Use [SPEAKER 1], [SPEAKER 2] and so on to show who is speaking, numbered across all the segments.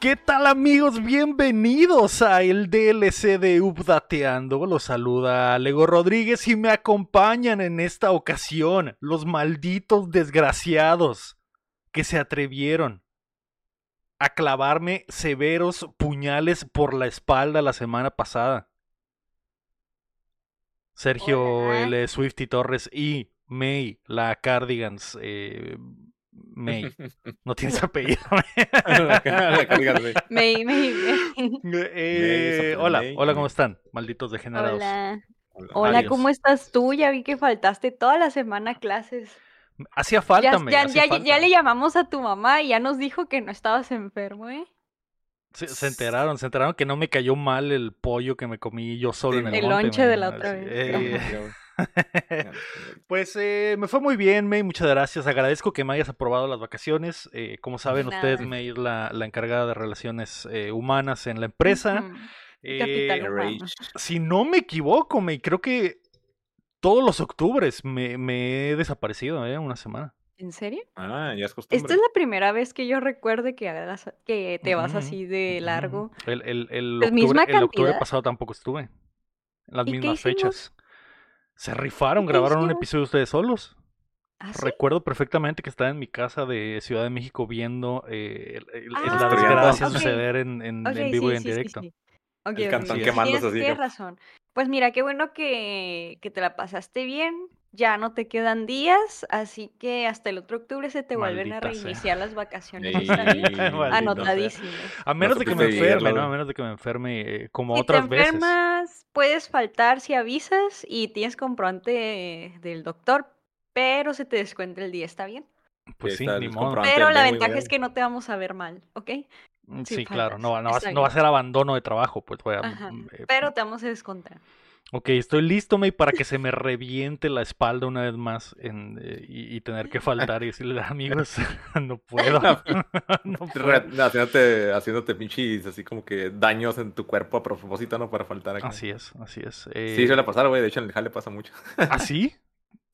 [SPEAKER 1] ¿Qué tal amigos? Bienvenidos a el DLC de Updateando. Los saluda Lego Rodríguez y me acompañan en esta ocasión los malditos desgraciados que se atrevieron a clavarme severos puñales por la espalda la semana pasada. Sergio
[SPEAKER 2] Hola.
[SPEAKER 1] L. Swifty Torres y May, la Cardigans. eh, May, no tienes apellido.
[SPEAKER 3] La ca- la cargas, güey.
[SPEAKER 2] Me, me, me.
[SPEAKER 1] Eh,
[SPEAKER 3] May,
[SPEAKER 1] hola,
[SPEAKER 3] May.
[SPEAKER 1] hola, ¿cómo están? Malditos degenerados.
[SPEAKER 2] Hola.
[SPEAKER 3] Hola.
[SPEAKER 2] Hola,
[SPEAKER 1] Adiós.
[SPEAKER 2] ¿cómo estás tú? Ya vi que faltaste toda la semana a clases.
[SPEAKER 1] Hacía
[SPEAKER 2] Ya-
[SPEAKER 1] falta, May,
[SPEAKER 2] ya,
[SPEAKER 1] hacía
[SPEAKER 2] ya- ya
[SPEAKER 1] falta.
[SPEAKER 2] le llamamos a tu mamá y ya nos dijo que no estabas enfermo, ¿eh?
[SPEAKER 1] Se, se enteraron, se enteraron que no me cayó mal el pollo que me comí yo solo en el,
[SPEAKER 2] El
[SPEAKER 1] monte,
[SPEAKER 2] lonche
[SPEAKER 1] May,
[SPEAKER 2] de la
[SPEAKER 1] ¿no?
[SPEAKER 2] otra
[SPEAKER 1] Así,
[SPEAKER 2] vez.
[SPEAKER 1] eh,
[SPEAKER 3] Ya,
[SPEAKER 1] Pues eh, me fue muy bien, May, muchas gracias. Agradezco que me hayas aprobado las vacaciones. Eh, como saben
[SPEAKER 2] Nada.
[SPEAKER 1] ustedes, May es la, la encargada de relaciones eh, humanas en la empresa.
[SPEAKER 2] Ujú.
[SPEAKER 1] Eh,
[SPEAKER 2] Capital
[SPEAKER 3] ya,
[SPEAKER 2] humano.
[SPEAKER 3] rage.
[SPEAKER 1] si no me equivoco, May, creo que todos los octubres me, me he desaparecido, ¿eh? Una semana.
[SPEAKER 2] ¿En serio?
[SPEAKER 3] Ah, ya es
[SPEAKER 2] Esta
[SPEAKER 3] costumbre.
[SPEAKER 2] es la primera vez que yo recuerde que, hagas- que te vas
[SPEAKER 1] Ujú,
[SPEAKER 2] así de
[SPEAKER 1] Ujú.
[SPEAKER 2] largo.
[SPEAKER 1] El, el, el,
[SPEAKER 2] Pues,
[SPEAKER 1] octubre,
[SPEAKER 2] misma
[SPEAKER 1] el octubre
[SPEAKER 2] cantidad.
[SPEAKER 1] pasado tampoco estuve. En Las
[SPEAKER 2] ¿Y qué
[SPEAKER 1] mismas
[SPEAKER 2] hicimos?
[SPEAKER 1] fechas. Se rifaron,
[SPEAKER 2] ¿Y qué
[SPEAKER 1] grabaron un
[SPEAKER 2] hicimos?
[SPEAKER 1] episodio ustedes solos.
[SPEAKER 2] ¿Ah, sí?
[SPEAKER 1] Recuerdo perfectamente que estaba en mi casa de Ciudad de México viendo eh, el- el- el- la
[SPEAKER 3] Ah,
[SPEAKER 1] desgracia
[SPEAKER 3] ok.
[SPEAKER 1] suceder en, en-
[SPEAKER 2] Ok,
[SPEAKER 1] en vivo
[SPEAKER 2] sí,
[SPEAKER 1] y en
[SPEAKER 2] sí, sí,
[SPEAKER 1] directo.
[SPEAKER 2] sí. Ok,
[SPEAKER 3] El
[SPEAKER 2] ok,
[SPEAKER 3] cantón
[SPEAKER 2] ok.
[SPEAKER 3] quemándose
[SPEAKER 2] Tienes,
[SPEAKER 3] así,
[SPEAKER 2] tienes
[SPEAKER 3] ¿no?
[SPEAKER 2] razón. Pues mira, qué bueno que, que te la pasaste bien. Ya no te quedan días, así que hasta el otro octubre se te vuelven a
[SPEAKER 1] Maldita sea.
[SPEAKER 2] reiniciar las vacaciones.
[SPEAKER 3] Ey,
[SPEAKER 2] ¿Está bien?
[SPEAKER 1] Maldita
[SPEAKER 2] Anotadísimo.
[SPEAKER 1] A menos de que me
[SPEAKER 3] supiste
[SPEAKER 1] enferme,
[SPEAKER 3] leerlo.
[SPEAKER 1] ¿no? A menos de que me enferme eh, como
[SPEAKER 2] Si te
[SPEAKER 1] otras veces.
[SPEAKER 2] enfermas, puedes faltar si avisas y tienes comprobante del doctor, pero se te descuenta el día, ¿está bien?
[SPEAKER 1] Pues sí,
[SPEAKER 3] Está
[SPEAKER 1] ni
[SPEAKER 3] el
[SPEAKER 1] modo.
[SPEAKER 3] comprobante
[SPEAKER 2] Pero la
[SPEAKER 3] del
[SPEAKER 2] ventaja
[SPEAKER 3] médico,
[SPEAKER 2] es que no te vamos a ver mal, ¿ok?
[SPEAKER 1] Mm,
[SPEAKER 2] sin
[SPEAKER 1] Sí, claro,
[SPEAKER 2] faltas.
[SPEAKER 1] no, va- no va,
[SPEAKER 2] Está
[SPEAKER 1] no va a
[SPEAKER 2] bien.
[SPEAKER 1] ser abandono de trabajo, pues voy a...
[SPEAKER 2] Ajá,
[SPEAKER 1] mm, eh,
[SPEAKER 2] Pero te vamos a descontar.
[SPEAKER 1] Ok, estoy listo, May, para que se me reviente la espalda una vez más en, eh, y, y tener que faltar y decirle, "Ah, amigos, no puedo. no puedo.
[SPEAKER 3] pues, Re- Haciéndote, haciéndote pinches así como que daños en tu cuerpo a propósito, ¿no? Para faltar aquí.
[SPEAKER 1] Así es, así es.
[SPEAKER 3] Sí,
[SPEAKER 1] Eh,
[SPEAKER 3] suele pasar, güey. De hecho, en el jale pasa mucho.
[SPEAKER 1] ¿Así?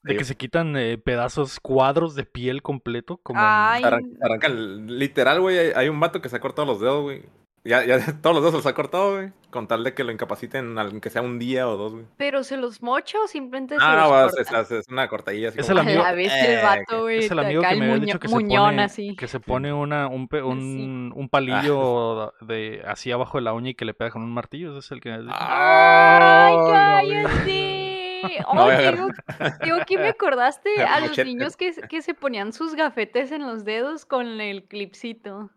[SPEAKER 1] De
[SPEAKER 3] Sí.
[SPEAKER 1] que se quitan eh, pedazos, cuadros de piel completo, como... en-
[SPEAKER 2] Ay,
[SPEAKER 3] Arran- Arranca, el- literal, güey. hay- Hay un vato que se ha cortado los dedos, güey. Ya, ya todos los dedos se los ha cortado, güey. Con tal de que lo incapaciten, aunque sea un día o dos, güey.
[SPEAKER 2] pero se los mocha o simplemente se
[SPEAKER 3] Ah,
[SPEAKER 2] los
[SPEAKER 3] no, va, es,
[SPEAKER 2] corta?
[SPEAKER 3] es- es una cortadilla. Así
[SPEAKER 1] Es
[SPEAKER 3] como
[SPEAKER 1] el
[SPEAKER 2] A
[SPEAKER 1] amigo-
[SPEAKER 2] la vez
[SPEAKER 3] Eh,
[SPEAKER 2] el vato, güey,
[SPEAKER 1] Es el amigo
[SPEAKER 2] acá
[SPEAKER 1] que
[SPEAKER 2] el
[SPEAKER 1] me había
[SPEAKER 2] muño-
[SPEAKER 1] dicho que se
[SPEAKER 2] muñón
[SPEAKER 1] pone,
[SPEAKER 2] así.
[SPEAKER 1] que se pone una, un, pe- un,
[SPEAKER 3] Ah.
[SPEAKER 1] un palillo de, así abajo de la uña y que le pega con un martillo. Ese es el que me has dicho. ¡Oh,
[SPEAKER 2] ¡Ay,
[SPEAKER 1] Ay, lo vi.
[SPEAKER 2] cállate!
[SPEAKER 3] No,
[SPEAKER 2] Oh,
[SPEAKER 3] a
[SPEAKER 2] te
[SPEAKER 3] ver.
[SPEAKER 2] digo, te digo que me acordaste a los
[SPEAKER 3] Machete.
[SPEAKER 2] niños que, se- que se ponían sus gafetes en los dedos con el clipcito.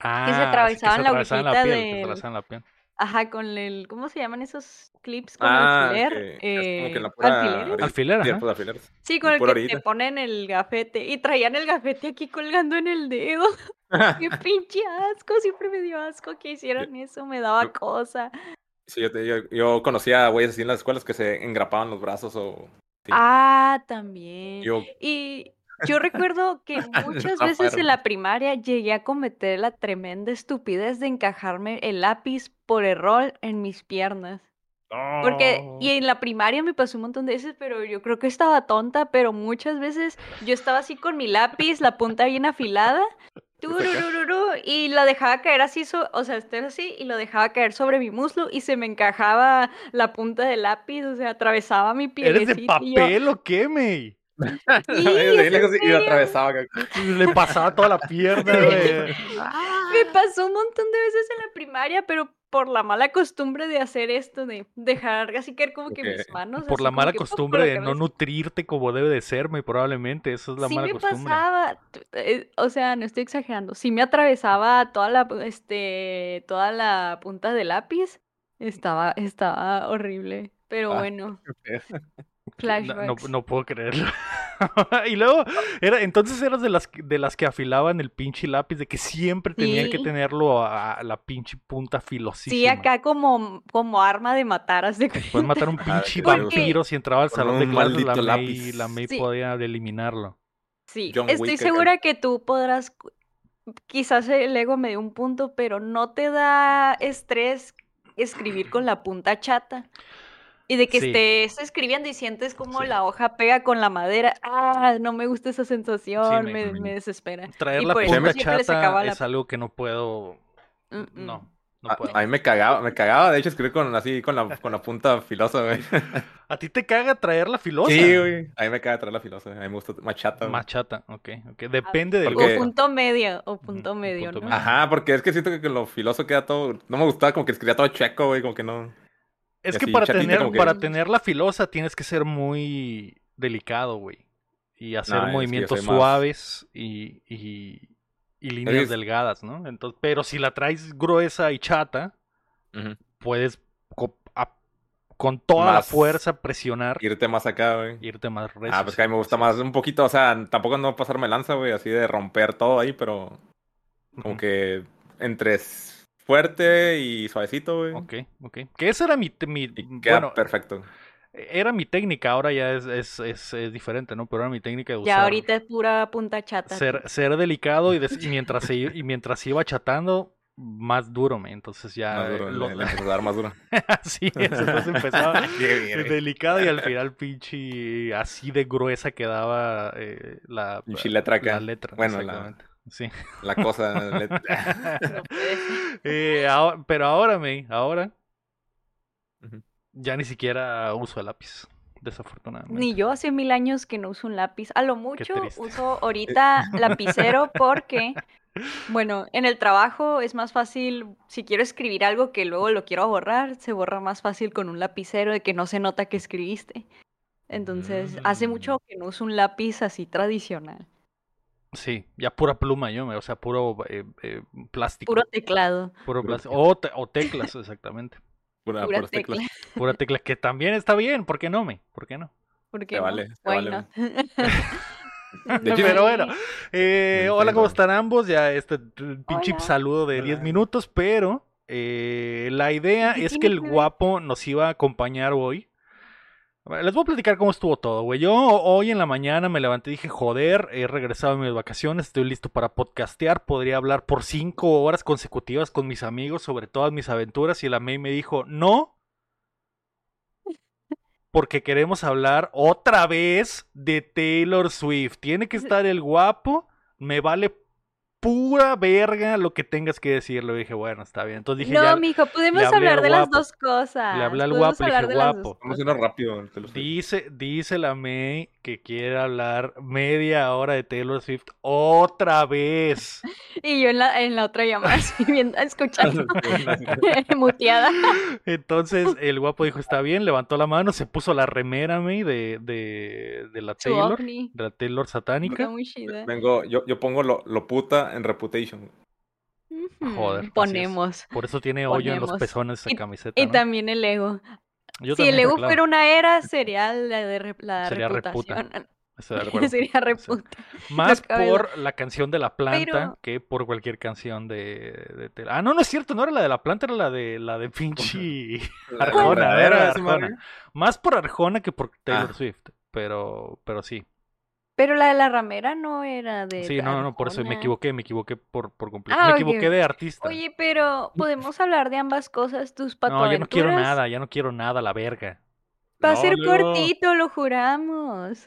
[SPEAKER 1] Ah,
[SPEAKER 2] se
[SPEAKER 1] sí,
[SPEAKER 2] atravesaban la agujita
[SPEAKER 1] piel. Que se
[SPEAKER 2] del-
[SPEAKER 1] atravesaban la piel.
[SPEAKER 2] Ajá, con el, ¿cómo se llaman esos clips con
[SPEAKER 3] Ah,
[SPEAKER 2] alfiler?
[SPEAKER 3] que es como que la
[SPEAKER 2] Eh,
[SPEAKER 3] pura
[SPEAKER 2] ¿alfileres?
[SPEAKER 3] orilla.
[SPEAKER 1] Alfiler,
[SPEAKER 3] Sí,
[SPEAKER 1] ajá.
[SPEAKER 3] pues, alfileres.
[SPEAKER 2] Sí, con el que
[SPEAKER 3] pura
[SPEAKER 2] te
[SPEAKER 3] orillita.
[SPEAKER 2] ponen el gafete. Y traían el gafete aquí colgando en el dedo. ¡Qué pinche asco! Siempre me dio asco que hicieran eso. Me daba
[SPEAKER 3] yo-
[SPEAKER 2] cosa.
[SPEAKER 3] Sí, yo, te- yo- yo conocía a güeyes así en las escuelas que se engrapaban los brazos o... sí.
[SPEAKER 2] Ah, también.
[SPEAKER 3] Yo,
[SPEAKER 2] Y yo recuerdo que muchas veces
[SPEAKER 3] Rafael.
[SPEAKER 2] en la primaria llegué a cometer la tremenda estupidez de encajarme el lápiz por error en mis piernas. Porque,
[SPEAKER 1] Oh.
[SPEAKER 2] y en la primaria me pasó un montón de veces, pero yo creo que estaba tonta, pero muchas veces yo estaba así con mi lápiz, la punta bien afilada, tururururu, y la dejaba caer así, so- o sea, estar así, y lo dejaba caer sobre mi muslo y se me encajaba la punta del lápiz, o sea, atravesaba mi
[SPEAKER 1] ¿Eres de
[SPEAKER 2] pielecita y yo,
[SPEAKER 1] papel o qué, May?
[SPEAKER 2] Sí,
[SPEAKER 3] de
[SPEAKER 2] ¿es
[SPEAKER 3] lejos
[SPEAKER 2] en
[SPEAKER 3] y- y
[SPEAKER 2] serio?
[SPEAKER 3] lo atravesaba. acá.
[SPEAKER 1] Le pasaba toda la pierna, güey.
[SPEAKER 2] Me
[SPEAKER 1] Ah.
[SPEAKER 2] pasó un montón de veces en la primaria, pero por la mala costumbre de hacer esto, de dejar así caer como que mis
[SPEAKER 3] Ok.
[SPEAKER 2] manos.
[SPEAKER 1] Por
[SPEAKER 2] así
[SPEAKER 1] la
[SPEAKER 2] como
[SPEAKER 1] mala
[SPEAKER 2] que, ¡puf! por
[SPEAKER 1] costumbre
[SPEAKER 2] la
[SPEAKER 1] de no
[SPEAKER 2] cabeza.
[SPEAKER 1] nutrirte como debe de ser, May, probablemente. Esa es la
[SPEAKER 2] sí
[SPEAKER 1] mala
[SPEAKER 2] me
[SPEAKER 1] costumbre.
[SPEAKER 2] pasaba, t- eh, o sea, no estoy exagerando, sí me atravesaba toda la, pu- este, toda la punta del lápiz. Estaba, estaba horrible, pero
[SPEAKER 3] Ah,
[SPEAKER 2] bueno,
[SPEAKER 3] feo.
[SPEAKER 1] Que- No, no-
[SPEAKER 2] flashbacks.
[SPEAKER 1] no puedo creerlo. y luego, era, entonces eras de las, que- de las que afilaban el pinche lápiz, de que siempre tenían que
[SPEAKER 2] Sí.
[SPEAKER 1] tenerlo a, a la pinche punta filosísima.
[SPEAKER 2] sí, acá Ah, como, como arma de matar, haz de
[SPEAKER 1] Puedes
[SPEAKER 2] cuenta.
[SPEAKER 1] matar un
[SPEAKER 3] Ajá,
[SPEAKER 1] pinche
[SPEAKER 3] que te digo,
[SPEAKER 1] vampiro si entraba al
[SPEAKER 3] con
[SPEAKER 1] salón de
[SPEAKER 3] un
[SPEAKER 1] clases, la
[SPEAKER 3] maldito
[SPEAKER 1] May,
[SPEAKER 3] lápiz.
[SPEAKER 1] la May
[SPEAKER 2] Sí.
[SPEAKER 1] podía eliminarlo.
[SPEAKER 2] Sí,
[SPEAKER 3] John
[SPEAKER 2] estoy
[SPEAKER 3] Wick acá.
[SPEAKER 2] segura que tú podrás, cu- quizás el ego me dé un punto, pero no te da estrés escribir con la punta chata. Y de que
[SPEAKER 1] Sí.
[SPEAKER 2] estés escribiendo y sientes como
[SPEAKER 1] Sí.
[SPEAKER 2] la hoja pega con la madera. Ah, no me gusta esa sensación,
[SPEAKER 1] me-
[SPEAKER 2] me,
[SPEAKER 3] Mm.
[SPEAKER 2] me desespera.
[SPEAKER 1] Traer
[SPEAKER 2] Y
[SPEAKER 1] la
[SPEAKER 2] por eso
[SPEAKER 1] punta
[SPEAKER 2] siempre le sacaba
[SPEAKER 1] chata
[SPEAKER 2] la-
[SPEAKER 1] es algo que no puedo No. No
[SPEAKER 3] A,
[SPEAKER 1] puedo.
[SPEAKER 3] a mí me cagaba, me cagaba, de hecho, escribir con así, con la, con la punta filosa, güey.
[SPEAKER 1] A ti te caga traer la filosa.
[SPEAKER 3] Sí, güey. A mí me caga traer la filosa, güey. a mí me gusta más chata, güey.
[SPEAKER 1] Más chata, ok. Ah, ok. Depende del
[SPEAKER 3] Porque-
[SPEAKER 1] gusto.
[SPEAKER 2] O punto medio, o punto
[SPEAKER 1] Ujú,
[SPEAKER 2] medio,
[SPEAKER 1] punto
[SPEAKER 2] ¿no?
[SPEAKER 1] medio.
[SPEAKER 3] Ajá, porque es que siento que con lo filoso queda todo. No me gustaba como que escribía todo checo, güey, como que no.
[SPEAKER 1] Es
[SPEAKER 3] Y
[SPEAKER 1] que
[SPEAKER 3] así,
[SPEAKER 1] para
[SPEAKER 3] chatita,
[SPEAKER 1] tener,
[SPEAKER 3] como que-
[SPEAKER 1] para tener la filosa tienes que ser muy delicado, güey. Y hacer
[SPEAKER 3] Nah, es que yo
[SPEAKER 1] movimientos
[SPEAKER 3] soy más-
[SPEAKER 1] suaves y, y- y líneas
[SPEAKER 3] Es-
[SPEAKER 1] delgadas, ¿no? Entonces, pero si la traes gruesa y chata, puedes co- a- con toda la
[SPEAKER 3] Más-
[SPEAKER 1] fuerza presionar,
[SPEAKER 3] Irte más acá, güey.
[SPEAKER 1] irte más recio.
[SPEAKER 3] Ah, pues que a mí me gusta más un poquito, o sea, tampoco no pasarme lanza, güey, así de romper todo ahí, pero como
[SPEAKER 1] Ujú.
[SPEAKER 3] que entre s- fuerte y suavecito, güey.
[SPEAKER 1] Ok, ok. Que esa era mi... te- mi-
[SPEAKER 3] Y queda
[SPEAKER 1] bueno,
[SPEAKER 3] perfecto.
[SPEAKER 1] era mi técnica, ahora ya es, es- es- es diferente, ¿no? Pero era mi técnica de usar...
[SPEAKER 2] Ya ahorita es pura punta chata.
[SPEAKER 1] ser, ser delicado y, des- y mientras se, i- y mientras se iba achatando, más duro, me. Entonces ya.
[SPEAKER 3] Más
[SPEAKER 1] eh,
[SPEAKER 3] duro,
[SPEAKER 1] lo-
[SPEAKER 3] le, le empezó a dar más duro.
[SPEAKER 1] así es, entonces empezaba
[SPEAKER 3] Qué bien, güey.
[SPEAKER 1] delicado y al final, pinche, así de gruesa quedaba eh, la,
[SPEAKER 3] Pinche letra acá.
[SPEAKER 1] la letra.
[SPEAKER 3] Bueno, la-
[SPEAKER 1] exactamente. Sí.
[SPEAKER 3] La cosa. le-
[SPEAKER 2] No puede ser.
[SPEAKER 1] Eh, ahora- pero ahora, me, ahora.
[SPEAKER 3] Ujú.
[SPEAKER 1] Ya ni siquiera uso el lápiz, desafortunadamente.
[SPEAKER 2] Ni yo hace mil años que no uso un lápiz. A lo mucho
[SPEAKER 1] triste. Eh,
[SPEAKER 2] uso ahorita lapicero porque, bueno, en el trabajo es más fácil, si quiero escribir algo que luego lo quiero borrar, se borra más fácil con un lapicero de que no se nota que escribiste. Entonces, hace
[SPEAKER 1] Mm.
[SPEAKER 2] mucho que no uso un lápiz así tradicional,
[SPEAKER 1] Sí, ya pura pluma yo, me, o sea, puro eh, eh, plástico.
[SPEAKER 2] puro teclado,
[SPEAKER 1] Puro
[SPEAKER 3] Puro
[SPEAKER 1] plástico. O, te- o teclas, exactamente.
[SPEAKER 3] Pura,
[SPEAKER 2] pura
[SPEAKER 3] puras teclas.
[SPEAKER 2] tecla.
[SPEAKER 1] Pura Ah, tecla, que también está bien, ¿por qué no, me? ¿Por qué no?
[SPEAKER 2] Porque
[SPEAKER 3] vale, te vale, De hecho-
[SPEAKER 1] Pero bueno, eh,
[SPEAKER 3] Entiendo.
[SPEAKER 1] hola, ¿cómo están ambos? Ya este t- pinche
[SPEAKER 2] Hola.
[SPEAKER 1] saludo de 10
[SPEAKER 3] Hola.
[SPEAKER 1] minutos, pero eh, la idea
[SPEAKER 2] ¿Qué
[SPEAKER 1] es que
[SPEAKER 2] tiene
[SPEAKER 1] el
[SPEAKER 2] que ver?
[SPEAKER 1] guapo nos iba a acompañar hoy. A ver, Les voy a platicar cómo estuvo todo, güey. Yo hoy en la mañana me levanté y dije, joder, he regresado de mis vacaciones, estoy listo para podcastear, podría hablar por cinco horas consecutivas con mis amigos sobre todas mis aventuras y la May me dijo, no, porque queremos hablar otra vez de Taylor Swift. Tiene que estar el guapo, me vale pura verga lo que tengas que decir. Le dije, bueno, está bien. Entonces dije,
[SPEAKER 2] no,
[SPEAKER 1] ya
[SPEAKER 2] mijo, podemos
[SPEAKER 1] hablé
[SPEAKER 2] hablar
[SPEAKER 1] al
[SPEAKER 2] de las
[SPEAKER 1] guapo.
[SPEAKER 2] dos cosas.
[SPEAKER 1] le hablé al
[SPEAKER 2] podemos
[SPEAKER 1] guapo, le
[SPEAKER 2] hablar
[SPEAKER 1] dije,
[SPEAKER 2] de las dos
[SPEAKER 1] guapo.
[SPEAKER 3] Vamos a
[SPEAKER 2] cosas.
[SPEAKER 3] irnos rápido. te lo-
[SPEAKER 1] Dice, dice la May que quiere hablar media hora de Taylor Swift otra vez.
[SPEAKER 2] Y yo en la, en la otra llamada, así, viendo, escuchando, muteada.
[SPEAKER 1] Entonces el guapo dijo, está bien, levantó la mano, se puso la remera, May, de, de, de la
[SPEAKER 2] Su
[SPEAKER 1] Taylor,
[SPEAKER 2] ovni.
[SPEAKER 1] de la Taylor
[SPEAKER 2] Está
[SPEAKER 1] satánica.
[SPEAKER 2] muy chida.
[SPEAKER 3] Vengo, yo, yo pongo lo, lo puta en reputation.
[SPEAKER 2] Ujú,
[SPEAKER 1] Joder, así es.
[SPEAKER 2] Ponemos.
[SPEAKER 1] Por eso tiene hoyo en los
[SPEAKER 2] Ponemos.
[SPEAKER 1] pezones esa camiseta.
[SPEAKER 2] Y
[SPEAKER 1] ¿no?
[SPEAKER 2] también el ego.
[SPEAKER 1] Yo
[SPEAKER 2] si el
[SPEAKER 1] también
[SPEAKER 2] ego
[SPEAKER 1] reclamo.
[SPEAKER 2] fuera una era, sería la de re- la
[SPEAKER 1] Sería reputa,
[SPEAKER 2] reputación.
[SPEAKER 1] Estoy de acuerdo.
[SPEAKER 2] sería reputa.
[SPEAKER 1] Más
[SPEAKER 2] cabello.
[SPEAKER 1] por la canción de la planta que por cualquier canción de, de Taylor. Ah, no, no es cierto, no era la de la planta, era la de la de pinche. Arjona,
[SPEAKER 3] Ah, La
[SPEAKER 1] era
[SPEAKER 3] verdadera, esa
[SPEAKER 1] Arjona.
[SPEAKER 3] madre.
[SPEAKER 1] Más por Arjona que por Taylor
[SPEAKER 3] Ah.
[SPEAKER 1] Swift. Pero, pero sí.
[SPEAKER 2] Pero la de la ramera no era de.
[SPEAKER 1] Sí, no, no, no, por eso me
[SPEAKER 2] Arjona.
[SPEAKER 1] equivoqué, me equivoqué por, por completo.
[SPEAKER 2] Ah,
[SPEAKER 1] me
[SPEAKER 2] ok,
[SPEAKER 1] equivoqué
[SPEAKER 2] ok.
[SPEAKER 1] de artista.
[SPEAKER 2] Oye, pero podemos hablar de ambas cosas, tus patas.
[SPEAKER 1] no, yo no quiero nada, ya no quiero nada, la verga.
[SPEAKER 2] Va a
[SPEAKER 3] No,
[SPEAKER 2] ser
[SPEAKER 3] luego-
[SPEAKER 2] cortito, lo juramos.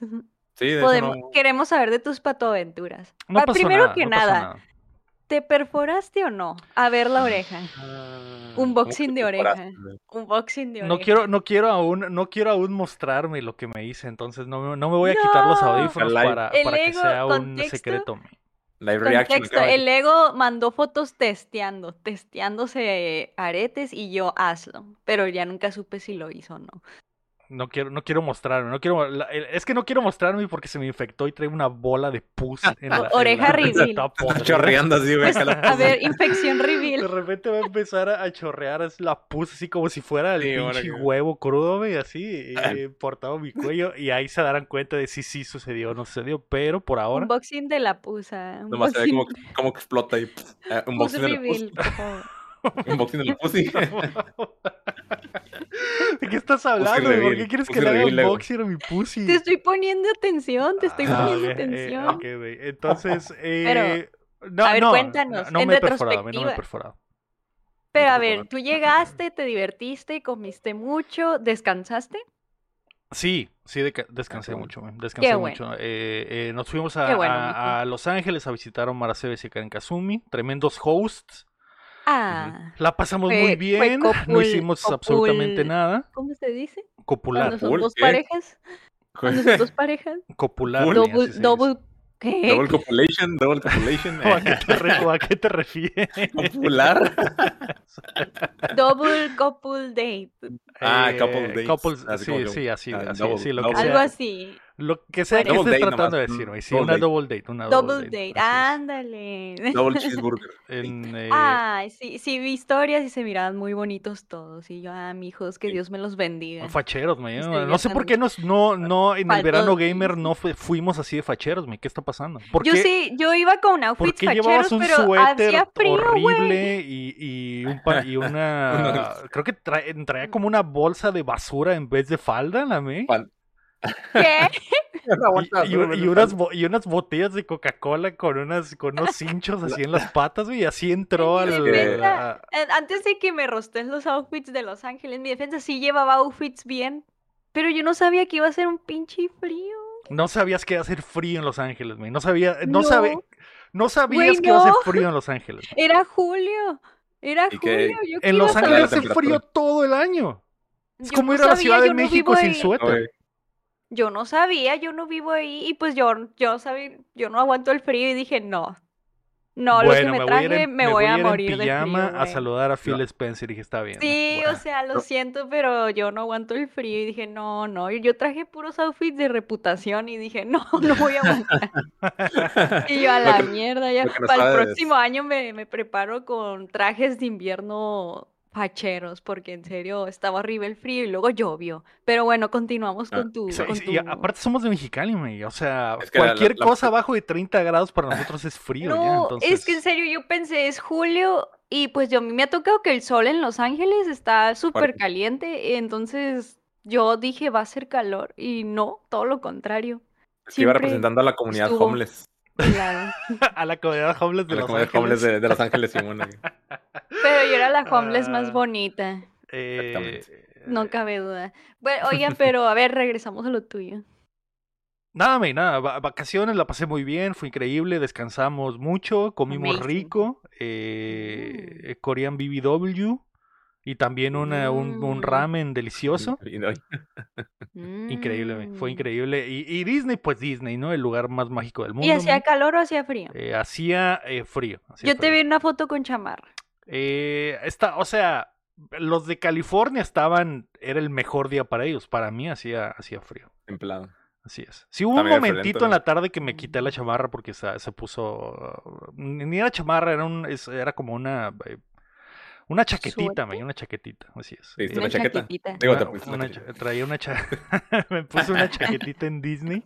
[SPEAKER 3] Sí, de hecho,
[SPEAKER 2] Podemos,
[SPEAKER 3] no.
[SPEAKER 2] Queremos saber de tus patoaventuras.
[SPEAKER 1] No
[SPEAKER 2] Pa-
[SPEAKER 1] pasó
[SPEAKER 2] Ah, primero
[SPEAKER 1] nada,
[SPEAKER 2] que
[SPEAKER 1] no pasó
[SPEAKER 2] nada, ¿te perforaste o no? A ver la oreja. Un
[SPEAKER 3] ¿Cómo
[SPEAKER 2] boxing
[SPEAKER 3] que
[SPEAKER 2] de
[SPEAKER 3] te
[SPEAKER 2] oreja.
[SPEAKER 3] paraste, güey?
[SPEAKER 2] Un boxing de oreja.
[SPEAKER 1] No quiero, no quiero aún, no quiero aún mostrarme lo que me hice, entonces no, me- no me voy a quitar los
[SPEAKER 2] No.
[SPEAKER 1] audífonos
[SPEAKER 3] Live.
[SPEAKER 1] para,
[SPEAKER 2] El
[SPEAKER 1] para que
[SPEAKER 2] ego,
[SPEAKER 1] sea un
[SPEAKER 2] contexto.
[SPEAKER 1] secreto. me.
[SPEAKER 3] Live reaction.
[SPEAKER 2] Contexto, el ego mandó fotos testeando, testeándose aretes y yo hazlo, pero ya nunca supe si lo hizo o no.
[SPEAKER 1] No quiero, no quiero mostrarme, no quiero, la- el- es que no quiero mostrarme porque se me infectó y traigo una bola de pus en la, en
[SPEAKER 2] Ah, Oreja
[SPEAKER 1] la-
[SPEAKER 2] rizil.
[SPEAKER 1] está podrida.
[SPEAKER 3] Chorreando así, güey.
[SPEAKER 2] Pues,
[SPEAKER 3] acá la-
[SPEAKER 2] a ver, infección
[SPEAKER 1] De
[SPEAKER 2] reveal.
[SPEAKER 1] repente va a empezar a, a chorrear es la pus así como si fuera el
[SPEAKER 3] Sí, Ah. ahora
[SPEAKER 1] pinche
[SPEAKER 3] que-
[SPEAKER 1] huevo crudo, güey, así, eh, portado en mi cuello y ahí se darán cuenta de si sí sucedió o no sucedió, pero por ahora...
[SPEAKER 2] Un boxing de la pusa. Un
[SPEAKER 3] Nomás se ve
[SPEAKER 2] boxing,
[SPEAKER 3] como, como que explota ahí. pf, eh,
[SPEAKER 2] pus
[SPEAKER 3] Un boxing de la
[SPEAKER 2] reveal,
[SPEAKER 3] pussy.
[SPEAKER 2] por favor.
[SPEAKER 3] Un boxing de la pussy.
[SPEAKER 1] ¿De qué estás hablando? güey? ¿Por
[SPEAKER 3] reveal,
[SPEAKER 1] qué quieres que
[SPEAKER 3] pussy
[SPEAKER 1] le haga
[SPEAKER 3] reveal,
[SPEAKER 1] un
[SPEAKER 3] güey.
[SPEAKER 1] boxer a mi pussy?
[SPEAKER 2] Te estoy poniendo atención, te estoy
[SPEAKER 1] Ah,
[SPEAKER 2] poniendo
[SPEAKER 1] ok, eh,
[SPEAKER 2] atención.
[SPEAKER 1] ok, güey. Entonces, eh, no,
[SPEAKER 2] a ver,
[SPEAKER 1] no,
[SPEAKER 2] cuéntanos,
[SPEAKER 1] No, no
[SPEAKER 2] en
[SPEAKER 1] me he perforado, a mí no me he
[SPEAKER 2] retrospectiva.
[SPEAKER 1] perforado.
[SPEAKER 2] Pero a
[SPEAKER 3] Tampoco,
[SPEAKER 2] ver,
[SPEAKER 3] ¿no?
[SPEAKER 2] tú llegaste, te divertiste, comiste mucho, descansaste.
[SPEAKER 1] Sí, sí, deca- descansé
[SPEAKER 3] Ah, qué bueno.
[SPEAKER 1] mucho, güey, descansé
[SPEAKER 2] bueno.
[SPEAKER 1] mucho. Eh, eh, nos fuimos a,
[SPEAKER 2] Qué bueno,
[SPEAKER 1] a-
[SPEAKER 2] mijo.
[SPEAKER 1] a Los Ángeles a visitar a Omar Aceves y a Karen Kazumi, tremendos hosts.
[SPEAKER 2] Ah.
[SPEAKER 1] La pasamos
[SPEAKER 2] Fue-
[SPEAKER 1] muy
[SPEAKER 2] fue
[SPEAKER 1] bien, no
[SPEAKER 2] copul-
[SPEAKER 1] hicimos
[SPEAKER 2] copul-
[SPEAKER 1] absolutamente nada.
[SPEAKER 2] ¿Cómo se dice?
[SPEAKER 1] Copular,
[SPEAKER 2] Cuando son
[SPEAKER 3] Copul,
[SPEAKER 2] dos
[SPEAKER 3] ¿qué?
[SPEAKER 2] parejas. Cuando son dos parejas.
[SPEAKER 1] copular.
[SPEAKER 3] Copul.
[SPEAKER 1] ni así
[SPEAKER 2] Double,
[SPEAKER 1] se dice.
[SPEAKER 2] double. ¿Qué?
[SPEAKER 3] Double copulation, double copulation.
[SPEAKER 1] ¿O ¿A qué te, re- o a qué te refieres?
[SPEAKER 3] Popular.
[SPEAKER 2] Double couple date.
[SPEAKER 3] Ah,
[SPEAKER 1] Eh,
[SPEAKER 3] couple dates,
[SPEAKER 1] couples-
[SPEAKER 3] así como
[SPEAKER 1] sí,
[SPEAKER 3] que-
[SPEAKER 1] sí, así,
[SPEAKER 3] ah,
[SPEAKER 1] así,
[SPEAKER 3] double-
[SPEAKER 1] sí, lo que
[SPEAKER 3] double.
[SPEAKER 1] sea.
[SPEAKER 2] Algo así.
[SPEAKER 1] Lo que sea que
[SPEAKER 2] Double
[SPEAKER 1] estés
[SPEAKER 3] date
[SPEAKER 1] tratando
[SPEAKER 3] nomás, mm,
[SPEAKER 1] de decir, güey. Sí,
[SPEAKER 3] double
[SPEAKER 1] una
[SPEAKER 3] date.
[SPEAKER 1] double date, una double,
[SPEAKER 2] Double date. Ah,
[SPEAKER 1] así es.
[SPEAKER 2] Ándale.
[SPEAKER 3] Double cheeseburger.
[SPEAKER 1] En, eh,
[SPEAKER 2] Ay, sí, sí, vi historias y se miraban muy bonitos todos. Y yo, ah, mijos, que Dios me los bendiga.
[SPEAKER 1] facheros, me
[SPEAKER 2] Estoy
[SPEAKER 1] No sé por
[SPEAKER 2] viajando.
[SPEAKER 1] qué nos, no, no, en el
[SPEAKER 2] Faltó-
[SPEAKER 1] verano gamer no fu- fuimos así de facheros, me. ¿Qué está pasando? ¿Por
[SPEAKER 2] Yo
[SPEAKER 1] qué,
[SPEAKER 2] sí, yo iba con
[SPEAKER 1] por
[SPEAKER 2] outfits
[SPEAKER 1] qué
[SPEAKER 2] facheros,
[SPEAKER 1] llevabas un
[SPEAKER 2] pero
[SPEAKER 1] suéter
[SPEAKER 2] hacía frío, güey.
[SPEAKER 1] horrible y, y, un pa- y una. creo que trae- traía como una bolsa de basura en vez de falda, la me.
[SPEAKER 3] Pa-
[SPEAKER 2] ¿Qué?
[SPEAKER 1] Y, y- y unas, bo- y unas botellas de Coca-Cola con, unas, con unos cinchos así en las patas, güey, y así entró
[SPEAKER 2] Mi
[SPEAKER 1] al...
[SPEAKER 2] defensa-
[SPEAKER 1] a-
[SPEAKER 2] Eh, Antes de que me rostes los outfits de Los Ángeles, mi defensa sí llevaba outfits bien, pero yo no sabía que iba a ser un pinche frío.
[SPEAKER 1] No sabías que iba a hacer frío en Los Ángeles, güey. No, sabía, no, sabe-
[SPEAKER 2] No.
[SPEAKER 1] no sabías
[SPEAKER 2] Güey,
[SPEAKER 1] que iba a hacer
[SPEAKER 2] no.
[SPEAKER 1] frío en Los Ángeles.
[SPEAKER 2] Era julio, era
[SPEAKER 3] ¿Y qué?
[SPEAKER 2] julio. Yo qué
[SPEAKER 1] En
[SPEAKER 2] iba a
[SPEAKER 1] Los
[SPEAKER 2] saber?
[SPEAKER 1] Ángeles hace
[SPEAKER 3] saber.
[SPEAKER 1] frío todo el año. Es
[SPEAKER 2] Yo
[SPEAKER 1] como
[SPEAKER 2] no
[SPEAKER 1] ir a la
[SPEAKER 2] sabía,
[SPEAKER 1] Ciudad de
[SPEAKER 2] yo no
[SPEAKER 1] México
[SPEAKER 2] vivo
[SPEAKER 1] sin
[SPEAKER 2] ahí.
[SPEAKER 3] eh.
[SPEAKER 1] suéter.
[SPEAKER 2] Yo no sabía, yo no vivo ahí y pues yo, yo sabía, yo no aguanto el frío y dije no, no, lo que
[SPEAKER 1] bueno,
[SPEAKER 2] me
[SPEAKER 1] me voy a ir
[SPEAKER 2] traje
[SPEAKER 1] en,
[SPEAKER 2] me voy a,
[SPEAKER 1] ir en
[SPEAKER 2] morir de
[SPEAKER 1] pijama
[SPEAKER 2] frío.
[SPEAKER 1] a
[SPEAKER 2] güey.
[SPEAKER 1] saludar a Phil Spencer y dije, está bien.
[SPEAKER 2] Sí,
[SPEAKER 1] bueno.
[SPEAKER 2] o sea, lo
[SPEAKER 3] no.
[SPEAKER 2] siento, pero yo no aguanto el frío y dije, no, no, yo, yo traje puros outfits de reputación y dije, no, no voy a aguantar. y yo a
[SPEAKER 3] Lo
[SPEAKER 2] la
[SPEAKER 3] que-
[SPEAKER 2] mierda, ya
[SPEAKER 3] lo que no
[SPEAKER 2] para el
[SPEAKER 3] sabes.
[SPEAKER 2] próximo año me, me preparo con trajes de invierno facheros, porque en serio estaba horrible el frío y luego llovió. Pero bueno, continuamos
[SPEAKER 3] Ah,
[SPEAKER 2] con tu...
[SPEAKER 1] Y so-
[SPEAKER 2] con
[SPEAKER 1] y- y
[SPEAKER 2] tu-
[SPEAKER 1] aparte somos de Mexicali, güey. O sea,
[SPEAKER 3] Es que la- la-
[SPEAKER 1] cualquier
[SPEAKER 3] la- Ah.
[SPEAKER 1] cosa abajo de 30 grados para nosotros es frío. ya,
[SPEAKER 2] No,
[SPEAKER 1] entonces...
[SPEAKER 2] es que en serio yo pensé, es julio y pues yo a mí me ha tocado que el sol en Los Ángeles está súper
[SPEAKER 3] Fuerte.
[SPEAKER 2] caliente, entonces yo dije va a ser calor y no, todo lo contrario.
[SPEAKER 3] Que
[SPEAKER 2] Siempre
[SPEAKER 3] iba representando a la comunidad
[SPEAKER 2] estuvo.
[SPEAKER 3] homeless.
[SPEAKER 2] la-
[SPEAKER 1] a la comunidad homeless
[SPEAKER 3] A
[SPEAKER 1] de
[SPEAKER 3] la
[SPEAKER 1] Los
[SPEAKER 3] comunidad
[SPEAKER 1] Ángeles.
[SPEAKER 3] homeless de, de Los Ángeles, Simón. güey.
[SPEAKER 2] Pero yo era la homeless
[SPEAKER 1] Ah.
[SPEAKER 2] más bonita,
[SPEAKER 1] Eh,
[SPEAKER 2] no cabe duda. Bueno, oigan, pero a ver, regresamos a lo tuyo.
[SPEAKER 1] Nada, me nada. va- Vacaciones la pasé muy bien, fue increíble, descansamos mucho, comimos
[SPEAKER 2] Amazing. Mm.
[SPEAKER 1] rico. eh, eh, Korean BBW y también una- un, un
[SPEAKER 2] Mm.
[SPEAKER 1] ramen delicioso.
[SPEAKER 3] Y no-
[SPEAKER 1] Increíble, me, fue
[SPEAKER 2] Mm.
[SPEAKER 1] increíble. Y, y Disney, pues Disney, ¿no? El lugar más mágico del mundo.
[SPEAKER 2] ¿Y hacía
[SPEAKER 1] me.
[SPEAKER 2] calor o hacía frío?
[SPEAKER 1] Eh, hacía eh, frío. hacía
[SPEAKER 2] Yo te
[SPEAKER 1] frío.
[SPEAKER 2] vi en una foto con chamarra.
[SPEAKER 1] Eh, está, o sea, los de California estaban, era el mejor día para ellos. Para mí hacía, hacía frío.
[SPEAKER 3] Templado.
[SPEAKER 1] Así es. Sí, hubo
[SPEAKER 3] También
[SPEAKER 1] un
[SPEAKER 3] es
[SPEAKER 1] momentito
[SPEAKER 3] violento,
[SPEAKER 1] en
[SPEAKER 3] ¿no?
[SPEAKER 1] la tarde que me quité la chamarra porque se, se puso. uh, Ni ni era chamarra, era, un, es- era como una. eh, Una chaquetita,
[SPEAKER 2] ¿Suéter?
[SPEAKER 1] me una chaquetita, así es.
[SPEAKER 3] Sí,
[SPEAKER 2] Una
[SPEAKER 3] una chaqueta.
[SPEAKER 2] chaquetita.
[SPEAKER 3] Digo, te
[SPEAKER 1] Una-
[SPEAKER 3] pusiste
[SPEAKER 1] una
[SPEAKER 3] una
[SPEAKER 1] cha-
[SPEAKER 3] chaqueta.
[SPEAKER 1] traía una cha- me puse una chaquetita en Disney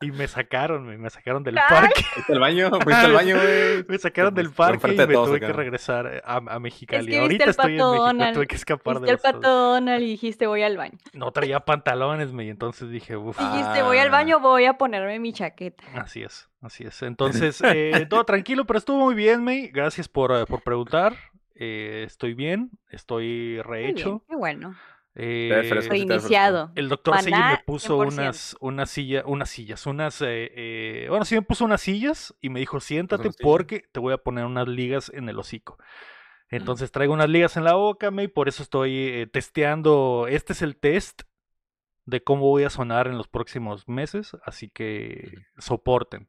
[SPEAKER 1] y me sacaron, me, me sacaron del parque.
[SPEAKER 3] Fuiste al baño, fuiste al baño, güey.
[SPEAKER 1] Me sacaron del
[SPEAKER 3] Enfrente
[SPEAKER 1] parque y
[SPEAKER 3] de
[SPEAKER 1] me
[SPEAKER 3] todos
[SPEAKER 1] tuve
[SPEAKER 3] acá,
[SPEAKER 1] que
[SPEAKER 3] ¿no?
[SPEAKER 1] regresar eh, a, a Mexicali.
[SPEAKER 2] que viste
[SPEAKER 1] Ahorita
[SPEAKER 2] el
[SPEAKER 1] estoy en
[SPEAKER 2] Pato
[SPEAKER 1] México,
[SPEAKER 2] Donald,
[SPEAKER 1] tuve que escapar de
[SPEAKER 2] Viste al
[SPEAKER 1] los-
[SPEAKER 2] pato Donald y dijiste voy al baño.
[SPEAKER 1] No traía pantalones, me, y entonces dije, uff.
[SPEAKER 2] Dijiste voy al
[SPEAKER 3] Ah.
[SPEAKER 2] baño, voy a ponerme mi chaqueta.
[SPEAKER 1] Así es, así es. Entonces, eh, todo tranquilo, pero estuvo muy bien, May. Gracias por, eh, por preguntar. Eh, estoy bien, estoy
[SPEAKER 2] Muy bien,
[SPEAKER 1] rehecho.
[SPEAKER 2] qué bueno.
[SPEAKER 1] Eh,
[SPEAKER 3] fresco, sí.
[SPEAKER 2] Reiniciado.
[SPEAKER 1] el doctor Seguin me
[SPEAKER 2] Maná,
[SPEAKER 1] puso
[SPEAKER 2] 100%.
[SPEAKER 1] unas, unas sillas, unas sillas, unas, eh, eh, bueno, sí me puso unas sillas y me dijo, siéntate
[SPEAKER 3] unas sillas.
[SPEAKER 1] porque te voy a poner unas ligas en el hocico. Entonces traigo unas ligas en la boca, May, por eso estoy eh, testeando. Este es el test de cómo voy a sonar en los próximos meses, así que soporten.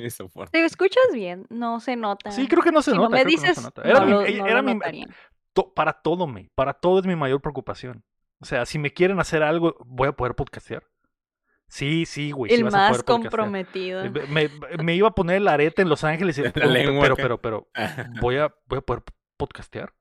[SPEAKER 3] Y se fue.
[SPEAKER 2] ¿Te escuchas bien? No se nota.
[SPEAKER 1] Sí, creo que no se
[SPEAKER 2] si
[SPEAKER 1] nota.
[SPEAKER 2] no me
[SPEAKER 1] creo que no se
[SPEAKER 2] dices,
[SPEAKER 1] nota.
[SPEAKER 2] no
[SPEAKER 1] Era mi-
[SPEAKER 2] lo-
[SPEAKER 1] eh,
[SPEAKER 2] no lo
[SPEAKER 1] era mi-
[SPEAKER 2] notaría.
[SPEAKER 1] to- para todo, me, para todo es mi mayor preocupación. O sea, si me quieren hacer algo, voy a poder podcastear. Sí, sí, güey. sí
[SPEAKER 2] El
[SPEAKER 1] vas a
[SPEAKER 2] más
[SPEAKER 1] poder podcastear.
[SPEAKER 2] comprometido.
[SPEAKER 1] Eh, Me, me- me iba a poner el arete en Los Ángeles y
[SPEAKER 3] La
[SPEAKER 1] pero,
[SPEAKER 3] lengua
[SPEAKER 1] pero,
[SPEAKER 3] acá.
[SPEAKER 1] pero, pero, voy a, voy a poder podcastear.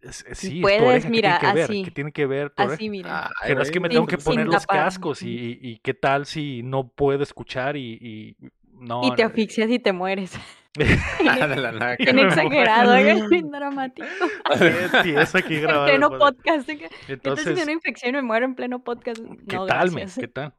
[SPEAKER 1] Es- es-
[SPEAKER 2] Si
[SPEAKER 1] sí, es tu
[SPEAKER 2] puedes,
[SPEAKER 1] oreja, ¿qué
[SPEAKER 2] mira,
[SPEAKER 1] tiene que ver?
[SPEAKER 2] así.
[SPEAKER 1] ¿Qué Ah, tiene que ver tu oreja?
[SPEAKER 2] Así, mira.
[SPEAKER 3] Ay,
[SPEAKER 1] Pero es que me
[SPEAKER 3] güey.
[SPEAKER 1] tengo
[SPEAKER 2] Sin-
[SPEAKER 1] que
[SPEAKER 2] sin
[SPEAKER 1] poner los
[SPEAKER 2] tapar.
[SPEAKER 1] cascos y, y- y qué tal si no puedo escuchar y, y- no.
[SPEAKER 2] y te
[SPEAKER 1] no,
[SPEAKER 2] asfixias y te mueres.
[SPEAKER 3] Ah, de la nada,
[SPEAKER 1] me
[SPEAKER 2] Bien
[SPEAKER 1] muero.
[SPEAKER 2] exagerado, oigan, bien dramático.
[SPEAKER 1] qué tieso aquí
[SPEAKER 2] En
[SPEAKER 1] grabando
[SPEAKER 2] pleno
[SPEAKER 1] el podcast.
[SPEAKER 2] podcast. ¿Qué tal si
[SPEAKER 1] Entonces,
[SPEAKER 2] me da
[SPEAKER 1] Mm,
[SPEAKER 2] una infección y me muero en pleno podcast?
[SPEAKER 1] ¿Qué
[SPEAKER 2] no,
[SPEAKER 1] tal, men?
[SPEAKER 2] gracias.
[SPEAKER 1] ¿Qué tal?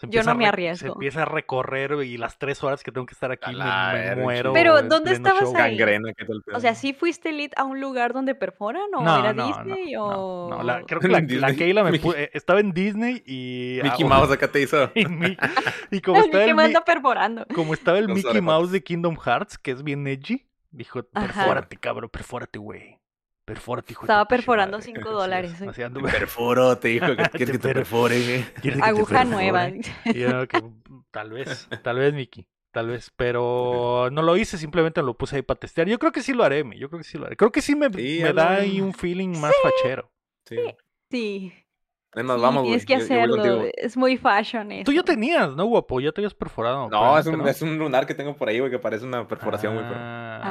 [SPEAKER 1] Se
[SPEAKER 2] Yo
[SPEAKER 1] empieza
[SPEAKER 2] no me
[SPEAKER 1] a re- Se
[SPEAKER 2] arriesgo.
[SPEAKER 1] empieza a recorrer güey, y las tres horas que tengo que estar aquí
[SPEAKER 3] A
[SPEAKER 1] me-
[SPEAKER 3] la
[SPEAKER 1] me,
[SPEAKER 3] verga,
[SPEAKER 1] muero.
[SPEAKER 3] chido.
[SPEAKER 2] Pero,
[SPEAKER 1] en
[SPEAKER 2] ¿dónde
[SPEAKER 1] pleno
[SPEAKER 2] estabas ahí?
[SPEAKER 3] Gangrena, ¿qué tal?
[SPEAKER 2] O sea, ¿sí fuiste lead a un lugar donde perforan o
[SPEAKER 1] No,
[SPEAKER 2] era
[SPEAKER 1] no, no,
[SPEAKER 2] Disney
[SPEAKER 1] no,
[SPEAKER 2] o...?
[SPEAKER 1] no, la- creo que la,
[SPEAKER 3] En
[SPEAKER 1] la
[SPEAKER 3] Disney.
[SPEAKER 1] Keila me
[SPEAKER 3] Mickey-
[SPEAKER 1] pu- eh, estaba en Disney y...
[SPEAKER 3] Mickey
[SPEAKER 1] ah,
[SPEAKER 3] Mouse acá te hizo.
[SPEAKER 1] Y, mi- y como estaba
[SPEAKER 2] El Mickey
[SPEAKER 1] el,
[SPEAKER 2] me
[SPEAKER 1] Mi-
[SPEAKER 2] anda perforando.
[SPEAKER 1] como estaba el
[SPEAKER 3] Con sus
[SPEAKER 1] Mickey
[SPEAKER 3] orejotas.
[SPEAKER 1] Mouse de Kingdom Hearts, que es bien edgy, Dijo, perfórate, cabrón, perfórate, güey. Perfórate, hijo.
[SPEAKER 2] Estaba perforando 5 dólares. eh.
[SPEAKER 3] Perforo, te dijo que quieres que te
[SPEAKER 1] Te
[SPEAKER 3] perfore. güey.
[SPEAKER 2] Aguja nueva.
[SPEAKER 1] Y yo, que, "Mm, tal vez, tal vez, Miki. Tal vez, pero no lo hice, simplemente lo puse ahí para testear. Yo creo que sí lo haré, mi, yo creo que sí lo haré. Creo que sí me,
[SPEAKER 3] Sí,
[SPEAKER 1] me
[SPEAKER 3] hazlo.
[SPEAKER 1] da ahí un feeling más fachero.
[SPEAKER 3] Sí.
[SPEAKER 2] Sí.
[SPEAKER 3] Es más,
[SPEAKER 2] sí,
[SPEAKER 3] vamos, güey.
[SPEAKER 2] Tienes que
[SPEAKER 3] Yo- yo voy
[SPEAKER 2] hacerlo. eh.
[SPEAKER 3] contigo.
[SPEAKER 2] es muy fashion eso.
[SPEAKER 1] Tú ya tenías, ¿no, guapo? Ya te habías perforado.
[SPEAKER 3] No, es
[SPEAKER 1] claramente,
[SPEAKER 3] un, es un lunar que tengo por ahí, güey, que parece una perforación, güey. pero-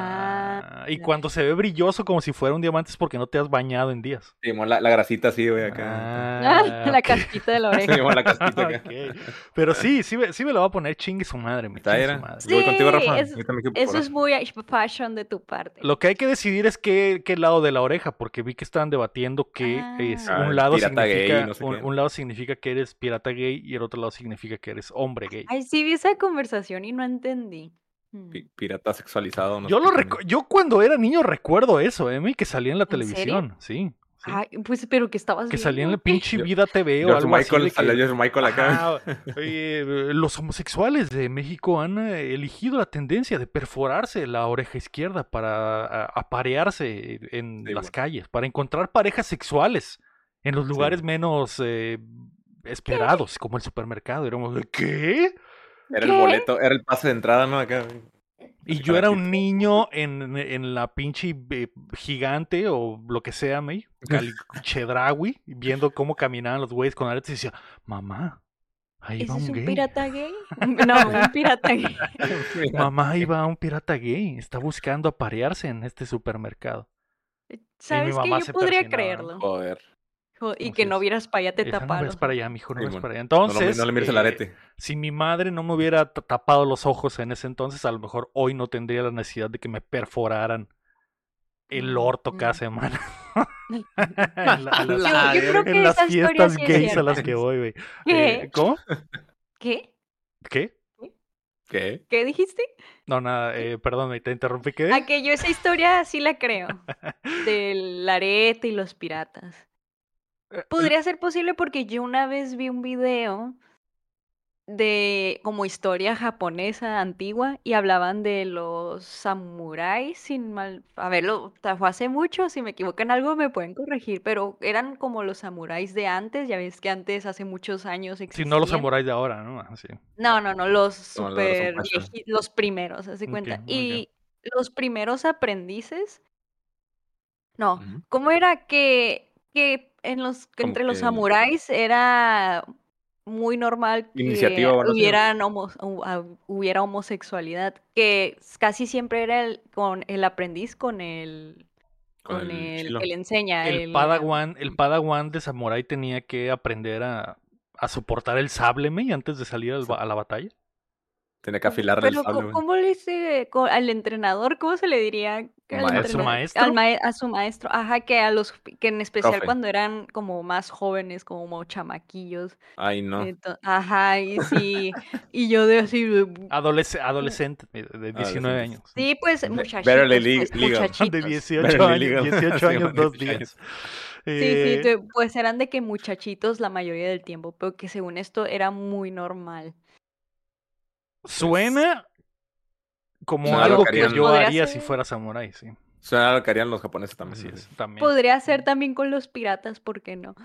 [SPEAKER 1] Ah, y
[SPEAKER 2] ya.
[SPEAKER 1] cuando se ve brilloso como si fuera un diamante es porque no te has bañado en días.
[SPEAKER 3] Sí, mo- la, la grasita así, güey, acá.
[SPEAKER 2] Ah, la
[SPEAKER 1] ok.
[SPEAKER 2] casquita de la oreja.
[SPEAKER 3] Sí, mo- la castita acá.
[SPEAKER 1] Ok. Pero sí, sí me, sí me lo va a poner chingue su madre, mi
[SPEAKER 3] Está,
[SPEAKER 1] chingue
[SPEAKER 3] era.
[SPEAKER 1] su madre.
[SPEAKER 3] Yo voy
[SPEAKER 2] Sí,
[SPEAKER 3] contigo, Rafa.
[SPEAKER 2] es-
[SPEAKER 3] Yo también quiero
[SPEAKER 2] Eso
[SPEAKER 3] perforar.
[SPEAKER 2] es muy fashion de tu parte.
[SPEAKER 1] Lo que hay que decidir es qué, qué lado de la oreja, porque vi que estaban debatiendo que es,
[SPEAKER 2] Ah.
[SPEAKER 3] Ah,
[SPEAKER 1] un, lado
[SPEAKER 3] pirata gay,
[SPEAKER 1] significa,
[SPEAKER 3] no sé
[SPEAKER 1] un,
[SPEAKER 3] qué.
[SPEAKER 1] un lado significa que eres pirata gay y el otro lado significa que eres hombre gay.
[SPEAKER 2] Ay, sí, vi esa conversación y no entendí. Mm.
[SPEAKER 3] Pi- Pirata sexualizado. no
[SPEAKER 1] Yo
[SPEAKER 3] sé
[SPEAKER 1] lo
[SPEAKER 3] qué
[SPEAKER 1] recu- yo cuando era niño recuerdo eso, Emi, que salía en la
[SPEAKER 2] ¿En serio?
[SPEAKER 1] televisión, sí. sí.
[SPEAKER 2] Ay, pues, pero que estabas
[SPEAKER 1] que salía en la
[SPEAKER 2] viendo?
[SPEAKER 1] pinche
[SPEAKER 3] Yo-
[SPEAKER 1] vida TV
[SPEAKER 3] tiene.
[SPEAKER 1] o
[SPEAKER 3] George
[SPEAKER 1] algo así.
[SPEAKER 3] Michael,
[SPEAKER 1] de que- Ah,
[SPEAKER 3] salió George Michael acá.
[SPEAKER 1] Ajá, oye, eh, los homosexuales de México han eh, elegido la tendencia de perforarse la oreja izquierda para a- aparearse en
[SPEAKER 3] Sí,
[SPEAKER 1] las
[SPEAKER 3] bueno.
[SPEAKER 1] calles, para encontrar parejas sexuales en los lugares menos eh, esperados, como el supermercado. Y Éramos, de, ¿qué?
[SPEAKER 3] Era el
[SPEAKER 2] ¿Qué?
[SPEAKER 3] boleto, era el pase de entrada, ¿no? Acá. güey.
[SPEAKER 1] Y
[SPEAKER 3] Así
[SPEAKER 1] yo era un
[SPEAKER 3] parásito.
[SPEAKER 1] niño en, en la pinche eh, gigante o lo que sea, me Cali- Chedraui, viendo cómo caminaban los güeyes con aretes y decía, mamá, ahí va
[SPEAKER 2] ¿Ese
[SPEAKER 1] un,
[SPEAKER 2] es un
[SPEAKER 1] gay.
[SPEAKER 2] pirata gay? No, un pirata gay. Ah,
[SPEAKER 1] Mamá iba a un pirata gay, está buscando aparearse en este supermercado.
[SPEAKER 2] ¿Sabes qué?
[SPEAKER 1] mamá
[SPEAKER 2] Yo
[SPEAKER 1] se
[SPEAKER 2] podría
[SPEAKER 1] persinaba,
[SPEAKER 2] creerlo.
[SPEAKER 3] Joder.
[SPEAKER 2] Jo- Y
[SPEAKER 1] Así
[SPEAKER 2] que no
[SPEAKER 1] es.
[SPEAKER 2] vieras para allá, te
[SPEAKER 1] Esa, no
[SPEAKER 2] taparon.
[SPEAKER 1] es para allá, mijo, no
[SPEAKER 3] Sí,
[SPEAKER 1] es
[SPEAKER 3] bueno.
[SPEAKER 1] para allá.
[SPEAKER 3] No, lo mi-
[SPEAKER 1] Entonces,
[SPEAKER 3] no le mires el
[SPEAKER 1] eh,
[SPEAKER 3] arete.
[SPEAKER 1] si mi madre no me hubiera ta- tapado los ojos en ese entonces, a lo mejor hoy no tendría la necesidad de que me perforaran el
[SPEAKER 2] Mm,
[SPEAKER 1] orto cada
[SPEAKER 2] mm.
[SPEAKER 1] semana. En la- en
[SPEAKER 2] Yo-
[SPEAKER 1] las-
[SPEAKER 2] yo creo que
[SPEAKER 1] en las
[SPEAKER 2] esa historia
[SPEAKER 1] fiestas
[SPEAKER 2] sí es
[SPEAKER 1] gays a
[SPEAKER 2] cierta.
[SPEAKER 1] las que voy, güey.
[SPEAKER 2] ¿Qué?
[SPEAKER 1] Eh, ¿Cómo?
[SPEAKER 2] ¿Qué?
[SPEAKER 1] ¿Qué?
[SPEAKER 3] ¿Qué?
[SPEAKER 2] ¿Qué dijiste?
[SPEAKER 1] No, nada, eh, perdón, te interrumpí. ¿Qué?
[SPEAKER 2] A que yo esa historia sí la creo. Del arete y los piratas.
[SPEAKER 1] Eh,
[SPEAKER 2] Podría ser posible porque yo una vez vi un video de como historia japonesa antigua y hablaban de los samuráis sin mal, a ver, lo, ta- fue hace mucho, si me equivoco en algo me pueden corregir, pero eran como los samuráis de antes, ya ves que antes hace muchos años
[SPEAKER 1] Si
[SPEAKER 2] existían.
[SPEAKER 1] no los samuráis de ahora, ¿no? Ah, Así.
[SPEAKER 2] No, no, no, los
[SPEAKER 3] No, los de los
[SPEAKER 2] super
[SPEAKER 3] Sunfashion.
[SPEAKER 2] vieji- los primeros, se
[SPEAKER 1] Ok,
[SPEAKER 2] cuenta.
[SPEAKER 1] ok.
[SPEAKER 2] Y los primeros
[SPEAKER 3] Mm.
[SPEAKER 2] aprendices, no,
[SPEAKER 3] Ujú.
[SPEAKER 2] ¿cómo era que, que en los, que
[SPEAKER 3] Como
[SPEAKER 2] entre los
[SPEAKER 3] que-
[SPEAKER 2] samuráis era muy normal que
[SPEAKER 3] Iniciativa, bueno, sí.
[SPEAKER 2] hubieran homo- hu- ah, hubiera homosexualidad? Que s- casi siempre era el, con el aprendiz, con el,
[SPEAKER 3] Con
[SPEAKER 2] con
[SPEAKER 3] el
[SPEAKER 2] el
[SPEAKER 3] chilo.
[SPEAKER 2] que le enseña.
[SPEAKER 1] el padawan, el padawan de samurái tenía que aprender a, a soportar el sable ¿me? antes de salir al ba- a la batalla.
[SPEAKER 3] Tenía que afilarle el
[SPEAKER 2] Pero,
[SPEAKER 3] sable,
[SPEAKER 2] ¿cómo,
[SPEAKER 3] güey.
[SPEAKER 2] cómo le dice co- al entrenador? ¿Cómo se le diría? al
[SPEAKER 3] Maestro.
[SPEAKER 1] ¿A su
[SPEAKER 2] entrenador?
[SPEAKER 1] maestro?
[SPEAKER 2] Al mae- a su maestro. Ajá, que a los que en especial
[SPEAKER 3] Profe.
[SPEAKER 2] cuando eran como más jóvenes, como chamaquillos.
[SPEAKER 3] Ay, no.
[SPEAKER 2] ento- ajá, y sí. y yo de así. de-
[SPEAKER 1] Ah, Adolesc- adolescente eh, de de 19 años.
[SPEAKER 3] Adolescentes.
[SPEAKER 2] Sí, pues
[SPEAKER 3] Be-
[SPEAKER 2] muchachitos.
[SPEAKER 3] barely le-
[SPEAKER 2] pues,
[SPEAKER 3] legal.
[SPEAKER 1] De
[SPEAKER 2] muchachitos.
[SPEAKER 1] 18
[SPEAKER 3] Barely
[SPEAKER 1] años,
[SPEAKER 3] legal.
[SPEAKER 1] 18
[SPEAKER 3] Sí,
[SPEAKER 1] años, dos
[SPEAKER 3] 18 años.
[SPEAKER 1] días.
[SPEAKER 2] Sí, sí,
[SPEAKER 1] Eh,
[SPEAKER 2] te- pues eran de que muchachitos la mayoría del tiempo, pero que según esto era muy normal. pues,
[SPEAKER 1] Suena como
[SPEAKER 3] Suena
[SPEAKER 1] algo
[SPEAKER 3] lo
[SPEAKER 1] que
[SPEAKER 3] harían.
[SPEAKER 1] yo
[SPEAKER 2] Podría
[SPEAKER 1] haría si
[SPEAKER 2] ser.
[SPEAKER 1] fuera samurái, sí.
[SPEAKER 3] Suena lo que harían los japoneses también.
[SPEAKER 1] Así
[SPEAKER 3] ¿no?
[SPEAKER 1] es, también.
[SPEAKER 2] Podría ser también con los piratas, ¿por qué no?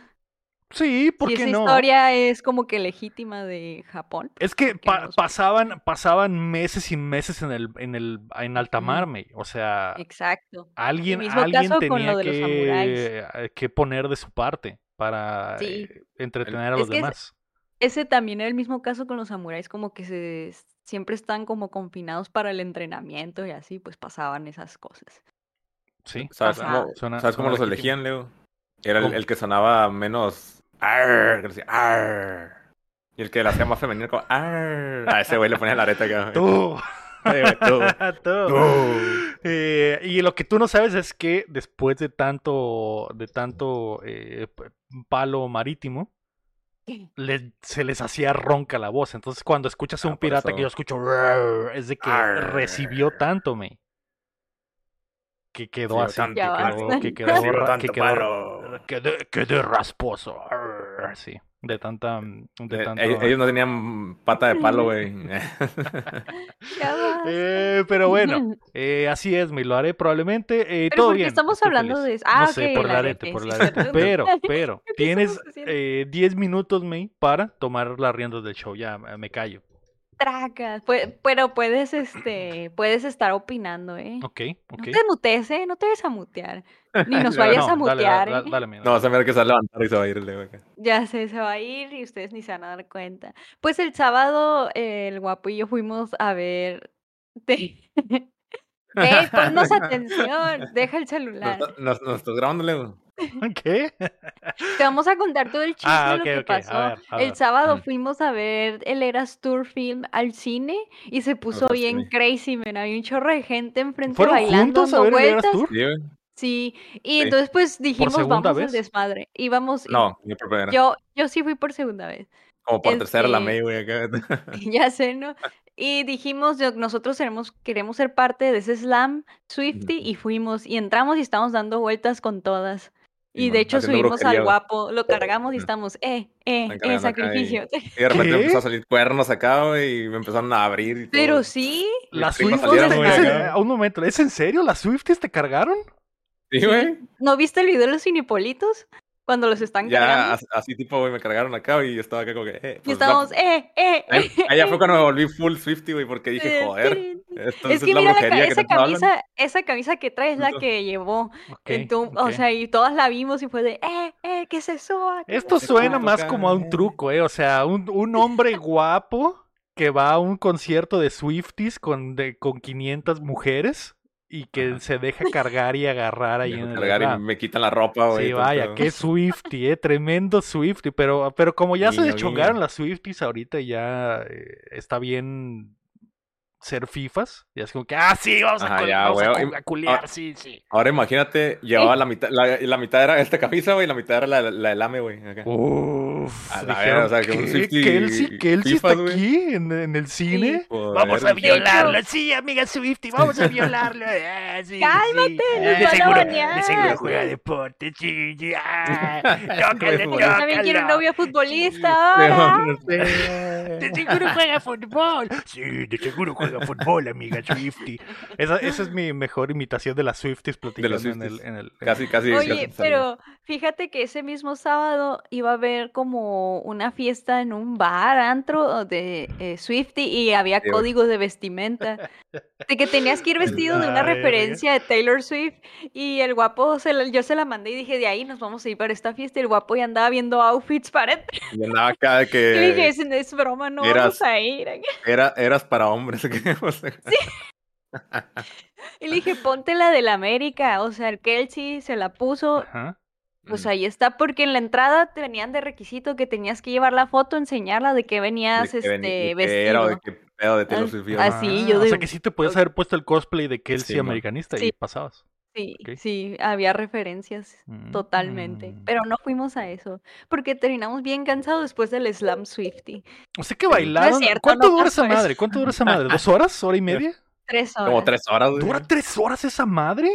[SPEAKER 1] Sí, ¿por
[SPEAKER 2] Si
[SPEAKER 1] qué
[SPEAKER 2] esa
[SPEAKER 1] no?
[SPEAKER 2] historia es como que legítima de Japón.
[SPEAKER 1] Es que
[SPEAKER 2] porque
[SPEAKER 1] pa-
[SPEAKER 2] los-
[SPEAKER 1] pasaban, pasaban meses y meses en el, en el, en alta
[SPEAKER 2] Ujú.
[SPEAKER 1] mar, me. O sea,
[SPEAKER 2] Exacto.
[SPEAKER 1] Alguien,
[SPEAKER 2] mismo
[SPEAKER 1] alguien
[SPEAKER 2] caso con
[SPEAKER 1] tenía
[SPEAKER 2] lo de los samuráis.
[SPEAKER 1] que, eh, que poner de su parte para
[SPEAKER 2] Sí.
[SPEAKER 1] eh, entretener a
[SPEAKER 2] Es
[SPEAKER 1] los
[SPEAKER 2] que es-
[SPEAKER 1] demás.
[SPEAKER 2] Ese también era el mismo caso con los samuráis, como que se s- siempre están como confinados para el entrenamiento y así pues pasaban esas cosas.
[SPEAKER 1] Sí.
[SPEAKER 3] ¿Sabes
[SPEAKER 2] Ajá.
[SPEAKER 3] cómo,
[SPEAKER 1] Suena-
[SPEAKER 3] ¿sabes cómo
[SPEAKER 1] suena
[SPEAKER 3] los
[SPEAKER 1] legítimo.
[SPEAKER 3] elegían, Leo? Era el,
[SPEAKER 1] ¿Cómo?
[SPEAKER 3] el que sonaba menos. "Arr", que decía, "Arr". Y el que la hacía más femenino, como. "Arr". A ese güey le ponía la areta acá. güey.
[SPEAKER 1] Tú.
[SPEAKER 3] Sí, güey, tú.
[SPEAKER 1] Tú.
[SPEAKER 3] Tú.
[SPEAKER 1] Eh, y lo que tú no sabes es que después de tanto, de tanto eh, p- palo marítimo, les- se les hacía ronca la voz. Entonces, cuando escuchas a
[SPEAKER 3] Ah,
[SPEAKER 1] un
[SPEAKER 3] por
[SPEAKER 1] pirata
[SPEAKER 3] eso.
[SPEAKER 1] que yo escucho, "Rar", es de que
[SPEAKER 3] Arr.
[SPEAKER 1] recibió tanto, me. Que quedó
[SPEAKER 3] Recibió
[SPEAKER 1] así.
[SPEAKER 3] tanto
[SPEAKER 1] que
[SPEAKER 2] Ya
[SPEAKER 1] quedó-
[SPEAKER 2] basta.
[SPEAKER 1] que quedó
[SPEAKER 3] Recibió
[SPEAKER 1] ra-
[SPEAKER 3] tanto
[SPEAKER 1] que quedó-
[SPEAKER 3] palo.
[SPEAKER 1] Quedé, quedé rasposo. arr, Así. De tanta. mm, De
[SPEAKER 3] Eh,
[SPEAKER 1] tanto-
[SPEAKER 3] ellos, ellos no tenían pata de palo, güey.
[SPEAKER 2] Ya va.
[SPEAKER 1] Eh, pero bueno, eh, así es, me lo haré probablemente. Eh,
[SPEAKER 2] Pero
[SPEAKER 1] todo
[SPEAKER 2] porque
[SPEAKER 1] bien,
[SPEAKER 2] estamos
[SPEAKER 1] estoy
[SPEAKER 2] hablando
[SPEAKER 1] feliz.
[SPEAKER 2] de eso. Ah,
[SPEAKER 1] no sé,
[SPEAKER 2] ok,
[SPEAKER 1] por
[SPEAKER 2] el
[SPEAKER 1] la
[SPEAKER 2] arete,
[SPEAKER 1] arete, por
[SPEAKER 2] sí,
[SPEAKER 1] la
[SPEAKER 2] está
[SPEAKER 1] arete.
[SPEAKER 2] bien.
[SPEAKER 1] Pero, pero, tienes
[SPEAKER 2] estamos haciendo?
[SPEAKER 1] eh, 10 minutos, May, para tomar las riendas del show. Ya eh, me callo.
[SPEAKER 2] Tracas. Pue- pero puedes, este, puedes estar opinando, ¿eh?
[SPEAKER 1] Ok, ok.
[SPEAKER 2] No te mutees, ¿eh? No te vayas a mutear. Ni nos
[SPEAKER 3] No,
[SPEAKER 2] vayas a
[SPEAKER 1] dale, dale,
[SPEAKER 2] mutear,
[SPEAKER 1] dale,
[SPEAKER 2] ¿eh?
[SPEAKER 1] dale, mira.
[SPEAKER 3] no, vas a ver que se va a levantar y se va a ir el de acá.
[SPEAKER 2] Ya sé, se va a ir y ustedes ni se van a dar cuenta. Pues el sábado, eh, el guapo y yo fuimos a ver. Te... Ve, ponnos atención, deja el celular.
[SPEAKER 3] Nos, nos- nos estás grabando, Leo.
[SPEAKER 1] ¿Qué?
[SPEAKER 2] Te vamos a contar todo el chisme
[SPEAKER 1] Ah,
[SPEAKER 2] de lo
[SPEAKER 1] ok,
[SPEAKER 2] que
[SPEAKER 1] ok, a
[SPEAKER 2] pasó.
[SPEAKER 1] ver, a ver.
[SPEAKER 2] El sábado
[SPEAKER 1] Mm.
[SPEAKER 2] fuimos a ver el Eras Tour Film al cine y se puso
[SPEAKER 3] sea,
[SPEAKER 2] bien
[SPEAKER 3] sí.
[SPEAKER 2] crazy, men. Había un chorro de gente enfrente
[SPEAKER 1] ¿Fueron
[SPEAKER 2] bailando,
[SPEAKER 1] juntos a
[SPEAKER 2] dando
[SPEAKER 1] ver el Eras
[SPEAKER 2] vueltas.
[SPEAKER 1] Tour?
[SPEAKER 3] Sí, güey.
[SPEAKER 2] Sí, y
[SPEAKER 3] Sí.
[SPEAKER 2] entonces pues dijimos,
[SPEAKER 1] segunda
[SPEAKER 2] vamos al
[SPEAKER 1] vez?
[SPEAKER 2] desmadre. Y vamos, y
[SPEAKER 3] No, yo por primera.
[SPEAKER 2] yo, yo sí fui por segunda vez.
[SPEAKER 3] Como por
[SPEAKER 2] es
[SPEAKER 3] tercera la
[SPEAKER 2] que-
[SPEAKER 3] May, güey, acá.
[SPEAKER 2] Ya sé, ¿no? Y dijimos, yo- nosotros queremos, queremos ser parte de ese slam Swifty y fuimos y entramos y estamos dando vueltas con todas. Y
[SPEAKER 3] Simón,
[SPEAKER 2] de hecho
[SPEAKER 3] haciendo
[SPEAKER 2] subimos al
[SPEAKER 3] brujería, güey.
[SPEAKER 2] guapo, lo cargamos y
[SPEAKER 3] Ujú.
[SPEAKER 2] estamos, eh, eh,
[SPEAKER 3] Están
[SPEAKER 2] eh,
[SPEAKER 3] cargando acá y-
[SPEAKER 2] sacrificio.
[SPEAKER 3] Y de repente
[SPEAKER 1] ¿Qué?
[SPEAKER 3] me empezó a salir cuernos acá, güey, y me empezaron a abrir y todo.
[SPEAKER 2] Pero sí,
[SPEAKER 3] Mis
[SPEAKER 1] Las
[SPEAKER 3] primas
[SPEAKER 1] Swifties
[SPEAKER 3] salieron,
[SPEAKER 1] te-
[SPEAKER 3] güey,
[SPEAKER 1] ¿es en-
[SPEAKER 3] acá.
[SPEAKER 1] eh, Un momento, ¿es en serio? ¿Las Swifties te cargaron?
[SPEAKER 3] Sí, güey.
[SPEAKER 2] ¿no viste el video de los cinipolitos? Cuando los están
[SPEAKER 3] Ya
[SPEAKER 2] cargando.
[SPEAKER 3] as- así tipo, güey, me cargaron acá güey, y yo estaba acá como que... Eh,
[SPEAKER 2] Y
[SPEAKER 3] pues,
[SPEAKER 2] estábamos,
[SPEAKER 3] la-
[SPEAKER 2] eh, eh,
[SPEAKER 3] Ahí,
[SPEAKER 2] eh,
[SPEAKER 3] ahí ya fue cuando me volví full Swifty, güey, porque dije,
[SPEAKER 2] eh,
[SPEAKER 3] joder,
[SPEAKER 2] tirin.
[SPEAKER 3] esto
[SPEAKER 2] Es que
[SPEAKER 3] la
[SPEAKER 2] mira la
[SPEAKER 3] brujería
[SPEAKER 2] ca-
[SPEAKER 3] que
[SPEAKER 2] esa
[SPEAKER 3] tanto hablan.
[SPEAKER 2] camisa, esa camisa que trae es la
[SPEAKER 3] Punto.
[SPEAKER 2] que llevó.
[SPEAKER 1] Ok,
[SPEAKER 2] Entu-
[SPEAKER 1] ok.
[SPEAKER 2] O sea, y todas la vimos y fue de, eh, eh, que se suba. que
[SPEAKER 1] Esto
[SPEAKER 2] se
[SPEAKER 1] suena
[SPEAKER 3] Exacto,
[SPEAKER 1] más como a un
[SPEAKER 3] cabrón.
[SPEAKER 1] truco, ¿eh? O sea, un, un hombre guapo que va a un concierto de Swifties con, de- con 500 mujeres y que
[SPEAKER 3] Ajá.
[SPEAKER 1] se deja cargar y agarrar ahí
[SPEAKER 3] Me
[SPEAKER 1] en el
[SPEAKER 3] cargar y
[SPEAKER 1] deslave.
[SPEAKER 3] me quitan la ropa, güey.
[SPEAKER 1] Sí,
[SPEAKER 3] todo el
[SPEAKER 1] vaya,
[SPEAKER 3] pedo.
[SPEAKER 1] qué Swifty, ¿eh? Tremendo Swifty. Pero, pero como ya se
[SPEAKER 3] Guiño,
[SPEAKER 1] deschongaron
[SPEAKER 3] guiño.
[SPEAKER 1] las Swifties ahorita y ya eh, está bien ser FIFAs. Ya es como que, ah, sí, vamos a,
[SPEAKER 3] Ajá,
[SPEAKER 1] cul-
[SPEAKER 3] ya, ah,
[SPEAKER 1] vamos a
[SPEAKER 3] güey.
[SPEAKER 1] cu- a culiar, sí, sí.
[SPEAKER 3] Ahora imagínate, llevaba la mitad, la, la mitad era esta camisa, güey, y la mitad era la, la del AME, güey. acá.
[SPEAKER 1] Uff,
[SPEAKER 3] A la verga, o sea, que un Swifty
[SPEAKER 1] Kelsey, Kelsey está
[SPEAKER 3] fifas, güey.
[SPEAKER 1] aquí en, en el cine. Vamos
[SPEAKER 3] Joder,
[SPEAKER 1] a
[SPEAKER 3] güey.
[SPEAKER 1] violarlo, sí, amiga Swifty, vamos a violarlo. Ah, sí,
[SPEAKER 2] Cálmate,
[SPEAKER 1] sí.
[SPEAKER 2] nos van
[SPEAKER 1] de
[SPEAKER 2] a
[SPEAKER 1] seguro, de
[SPEAKER 2] banear.
[SPEAKER 1] seguro juega deporte, sí, sí. Ah, tócalo,
[SPEAKER 2] Porque también quiere un
[SPEAKER 1] tócalo.
[SPEAKER 2] novio futbolista ahora.
[SPEAKER 1] De seguro juega fútbol. Sí, de seguro juega fútbol, amiga Swifty. Esa, esa es mi mejor imitación de las Swifties platicando en el.
[SPEAKER 3] Swifties.
[SPEAKER 1] En el
[SPEAKER 3] Casi, casi.
[SPEAKER 2] Oye,
[SPEAKER 3] casi salió.
[SPEAKER 2] pero fíjate que ese mismo sábado iba a haber como una fiesta en un bar, antro de eh, Swifty y había
[SPEAKER 3] Sí, güey.
[SPEAKER 2] códigos de vestimenta. De que tenías que ir vestido de
[SPEAKER 1] La
[SPEAKER 2] una
[SPEAKER 1] verga.
[SPEAKER 2] referencia de Taylor Swift y el guapo, se la- yo se la mandé y dije, de ahí nos vamos a ir para esta fiesta. Y el guapo ya andaba viendo outfits para entrar.
[SPEAKER 3] Y andaba acá de
[SPEAKER 2] Y le dije,
[SPEAKER 3] que
[SPEAKER 2] es, es broma, no
[SPEAKER 3] Eh, eras-
[SPEAKER 2] vamos a ir.
[SPEAKER 3] era, eras para hombres. que, o sea,
[SPEAKER 2] Y le dije, ponte la del América. O sea, el Kelsey se la puso.
[SPEAKER 1] Ajá.
[SPEAKER 3] mm,
[SPEAKER 2] Pues ahí está, porque en la entrada te venían de requisito que tenías que llevar la foto, enseñarla de que
[SPEAKER 3] de
[SPEAKER 2] venías
[SPEAKER 3] que
[SPEAKER 2] este,
[SPEAKER 3] ven- de que era
[SPEAKER 2] vestido.
[SPEAKER 3] o de qué pedo de Taylor
[SPEAKER 2] Ah,
[SPEAKER 3] Swift, yo,
[SPEAKER 2] ah, Así, yo
[SPEAKER 1] Ah, O sea
[SPEAKER 2] digo,
[SPEAKER 1] que sí te puedes haber puesto el cosplay de Kelsey
[SPEAKER 3] Sí, man.
[SPEAKER 1] americanista y
[SPEAKER 2] Sí.
[SPEAKER 1] pasabas.
[SPEAKER 2] Sí,
[SPEAKER 1] ok.
[SPEAKER 2] sí, había referencias totalmente.
[SPEAKER 1] Mm.
[SPEAKER 2] Pero no fuimos a eso, porque terminamos bien cansados después del Slam Swifty.
[SPEAKER 1] O sea que bailaron.
[SPEAKER 2] cierto,
[SPEAKER 1] ¿Cuánto
[SPEAKER 2] no
[SPEAKER 1] dura esa
[SPEAKER 2] pasó eso.
[SPEAKER 1] madre? ¿Cuánto dura esa madre? ¿Dos horas? ¿Hora y media?
[SPEAKER 2] Tres horas.
[SPEAKER 3] Como tres horas, güey.
[SPEAKER 1] ¿Dura tres horas esa madre?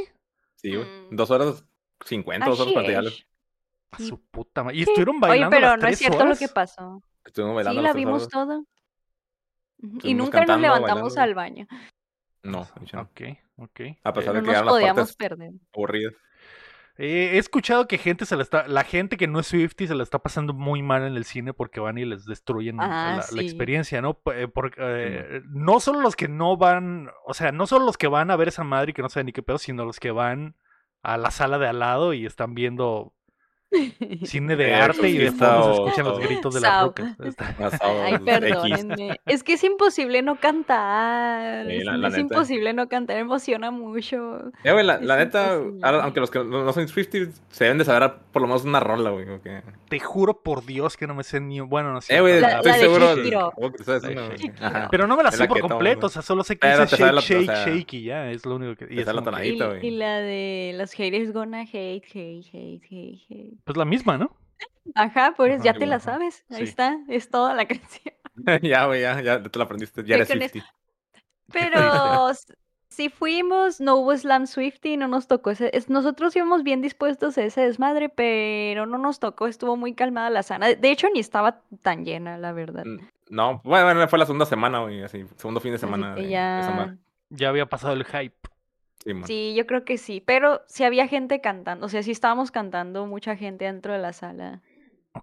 [SPEAKER 3] Sí, güey.
[SPEAKER 2] Mm.
[SPEAKER 3] Dos horas cincuenta, dos horas
[SPEAKER 2] Así
[SPEAKER 3] cuarenta y algo.
[SPEAKER 2] es.
[SPEAKER 1] A
[SPEAKER 2] Sí.
[SPEAKER 1] su puta madre. ¿Y estuvieron
[SPEAKER 2] Oye,
[SPEAKER 1] bailando
[SPEAKER 2] pero
[SPEAKER 1] las
[SPEAKER 2] no es
[SPEAKER 1] tres
[SPEAKER 2] cierto
[SPEAKER 1] horas?
[SPEAKER 2] lo que pasó.
[SPEAKER 3] Estuvimos
[SPEAKER 2] Sí,
[SPEAKER 3] bailando
[SPEAKER 2] la
[SPEAKER 3] las tres
[SPEAKER 2] vimos
[SPEAKER 3] horas.
[SPEAKER 2] toda. Ujú, Y
[SPEAKER 3] Estuvimos
[SPEAKER 2] nunca nos
[SPEAKER 3] cantando,
[SPEAKER 2] levantamos
[SPEAKER 3] bailando.
[SPEAKER 2] al baño.
[SPEAKER 3] No, mucho no.
[SPEAKER 1] Ok, ok.
[SPEAKER 3] A pesar
[SPEAKER 2] No
[SPEAKER 3] de que
[SPEAKER 2] nos
[SPEAKER 3] eran las
[SPEAKER 2] podíamos
[SPEAKER 3] partes
[SPEAKER 2] perder.
[SPEAKER 3] aburridas.
[SPEAKER 1] Eh, he escuchado que gente se la está, la gente que no es Swifty se la está pasando muy mal en el cine porque van y les destruyen
[SPEAKER 2] Ah,
[SPEAKER 1] la, la
[SPEAKER 2] sí.
[SPEAKER 1] experiencia, ¿no? P- eh, porque, eh, no solo los que no van, o sea, no solo los que van a ver esa madre y que no saben ni qué pedo, sino los que van a la sala de al lado y están viendo cine de
[SPEAKER 3] Eh,
[SPEAKER 1] arte y de
[SPEAKER 3] exorcista
[SPEAKER 1] fondo se
[SPEAKER 3] o-
[SPEAKER 1] escuchan los
[SPEAKER 3] o-
[SPEAKER 1] gritos de las
[SPEAKER 2] Sao.
[SPEAKER 1] rucas. Está-
[SPEAKER 3] Pasado
[SPEAKER 2] Ay,
[SPEAKER 3] X.
[SPEAKER 2] perdónenme. Es que es imposible no cantar.
[SPEAKER 3] Sí,
[SPEAKER 2] es
[SPEAKER 3] la- la
[SPEAKER 2] es
[SPEAKER 3] neta.
[SPEAKER 2] imposible no cantar. Emociona mucho.
[SPEAKER 3] Eh, güey, la,
[SPEAKER 2] Es
[SPEAKER 3] la neta,
[SPEAKER 2] imposible.
[SPEAKER 3] ahora, aunque los que no no son Swifties se deben de saber por lo menos una rola, güey. como que-
[SPEAKER 1] Te juro por Dios que no me sé ni bueno, no sé.
[SPEAKER 3] Eh, güey,
[SPEAKER 2] La-
[SPEAKER 3] estoy
[SPEAKER 2] la de
[SPEAKER 3] seguro.
[SPEAKER 2] Shakira.
[SPEAKER 3] supongo que sabes
[SPEAKER 1] La de
[SPEAKER 3] una, güey.
[SPEAKER 2] Shakira.
[SPEAKER 3] Ajá.
[SPEAKER 1] Pero no me la
[SPEAKER 3] Es
[SPEAKER 1] sé
[SPEAKER 3] la
[SPEAKER 1] por
[SPEAKER 3] que toman,
[SPEAKER 1] completo,
[SPEAKER 3] güey.
[SPEAKER 1] o sea, solo sé que
[SPEAKER 3] Pero
[SPEAKER 1] dice
[SPEAKER 3] te
[SPEAKER 1] shake,
[SPEAKER 3] sale la-
[SPEAKER 1] shake,
[SPEAKER 3] o sea,
[SPEAKER 1] shake y ya, es lo único que... y
[SPEAKER 3] te
[SPEAKER 1] es
[SPEAKER 3] sale la
[SPEAKER 1] como que-
[SPEAKER 3] tonadita.
[SPEAKER 2] Y,
[SPEAKER 3] Ahorita,
[SPEAKER 2] y
[SPEAKER 3] güey.
[SPEAKER 2] la de los haters gonna hate, hate, hate, hate, hate.
[SPEAKER 1] Pues la misma, ¿no?
[SPEAKER 2] Ajá, pues
[SPEAKER 1] Ajá,
[SPEAKER 2] ya te
[SPEAKER 3] bueno,
[SPEAKER 2] la
[SPEAKER 1] ajá,
[SPEAKER 2] sabes. Ahí
[SPEAKER 1] sí.
[SPEAKER 2] está. Es toda la canción.
[SPEAKER 3] ya, güey, ya, ya te la aprendiste.
[SPEAKER 2] Ya
[SPEAKER 3] Ya eres
[SPEAKER 2] con
[SPEAKER 3] Swiftie.
[SPEAKER 2] Pero s- sí fuimos, no hubo Slam Swifty, no nos tocó ese. es- nosotros íbamos bien dispuestos a ese desmadre, pero no nos tocó, estuvo muy calmada la sana. De hecho, ni estaba tan llena, la verdad.
[SPEAKER 3] Mm, No, bueno, bueno, fue la segunda semana, güey, así, segundo fin de
[SPEAKER 2] Así
[SPEAKER 3] semana.
[SPEAKER 2] que
[SPEAKER 3] de- de esa
[SPEAKER 2] ya.
[SPEAKER 3] madre.
[SPEAKER 1] Ya había pasado el hype.
[SPEAKER 3] Sí, man.
[SPEAKER 2] Sí, yo creo que sí, pero sí había gente cantando, o sea, sí estábamos cantando mucha gente dentro de la sala.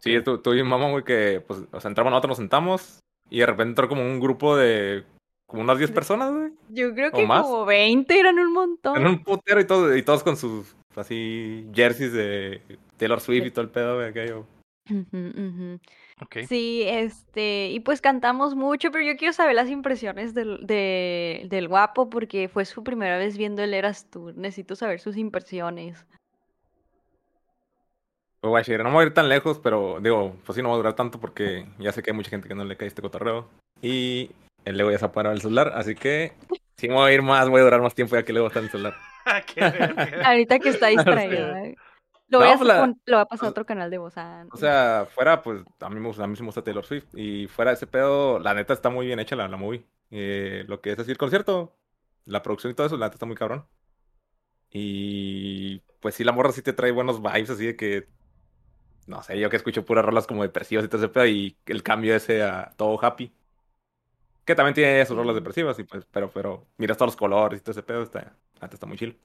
[SPEAKER 3] Sí, tu, tu y mamá, güey, que pues, o sea, entramos nosotros, nos sentamos y de repente entró como un grupo de como unas 10 personas, güey.
[SPEAKER 2] Yo creo
[SPEAKER 3] ¿O
[SPEAKER 2] que
[SPEAKER 3] más?
[SPEAKER 2] como 20 eran un montón.
[SPEAKER 3] En un putero y, todo, y todos con sus así jerseys de Taylor Swift y todo el pedo, güey, aquello.
[SPEAKER 2] Ujú, ujú.
[SPEAKER 1] Ok.
[SPEAKER 2] Sí, este, y pues cantamos mucho, pero yo quiero saber las impresiones del, de- del guapo porque fue su primera vez viendo el Eras Tour. Necesito saber sus impresiones.
[SPEAKER 3] Pues, güey, Shira, no me voy a ir tan lejos, pero digo, pues sí, no va a durar tanto porque ya sé que hay mucha gente que no le cae este cotorreo. Y el Lego ya se apagó el celular, así que sí me voy a ir más, voy a durar más tiempo ya que Lego está en el celular.
[SPEAKER 1] Ah, Qué verga.
[SPEAKER 2] Ahorita que está distraída. Lo voy,
[SPEAKER 3] No,
[SPEAKER 2] a hacer
[SPEAKER 3] pues la-
[SPEAKER 2] con- lo voy a pasar
[SPEAKER 3] o-
[SPEAKER 2] a otro canal de ah, Bozán.
[SPEAKER 3] O sea, fuera, pues a mí, me gusta, a mí sí me gusta Taylor Swift. Y fuera de ese pedo, la neta está muy bien hecha la, la movie. Eh, lo que es así el concierto, la producción y todo eso, la neta está muy cabrón. Y pues sí, la morra sí te trae buenos vibes, así de que. No sé, yo que escucho puras rolas como depresivas y todo ese pedo, y el cambio ese a todo happy. Que también tiene sus rolas
[SPEAKER 2] Sí.
[SPEAKER 3] depresivas, y pues, pero, pero miras todos los colores y todo ese pedo, está, la neta está muy chill.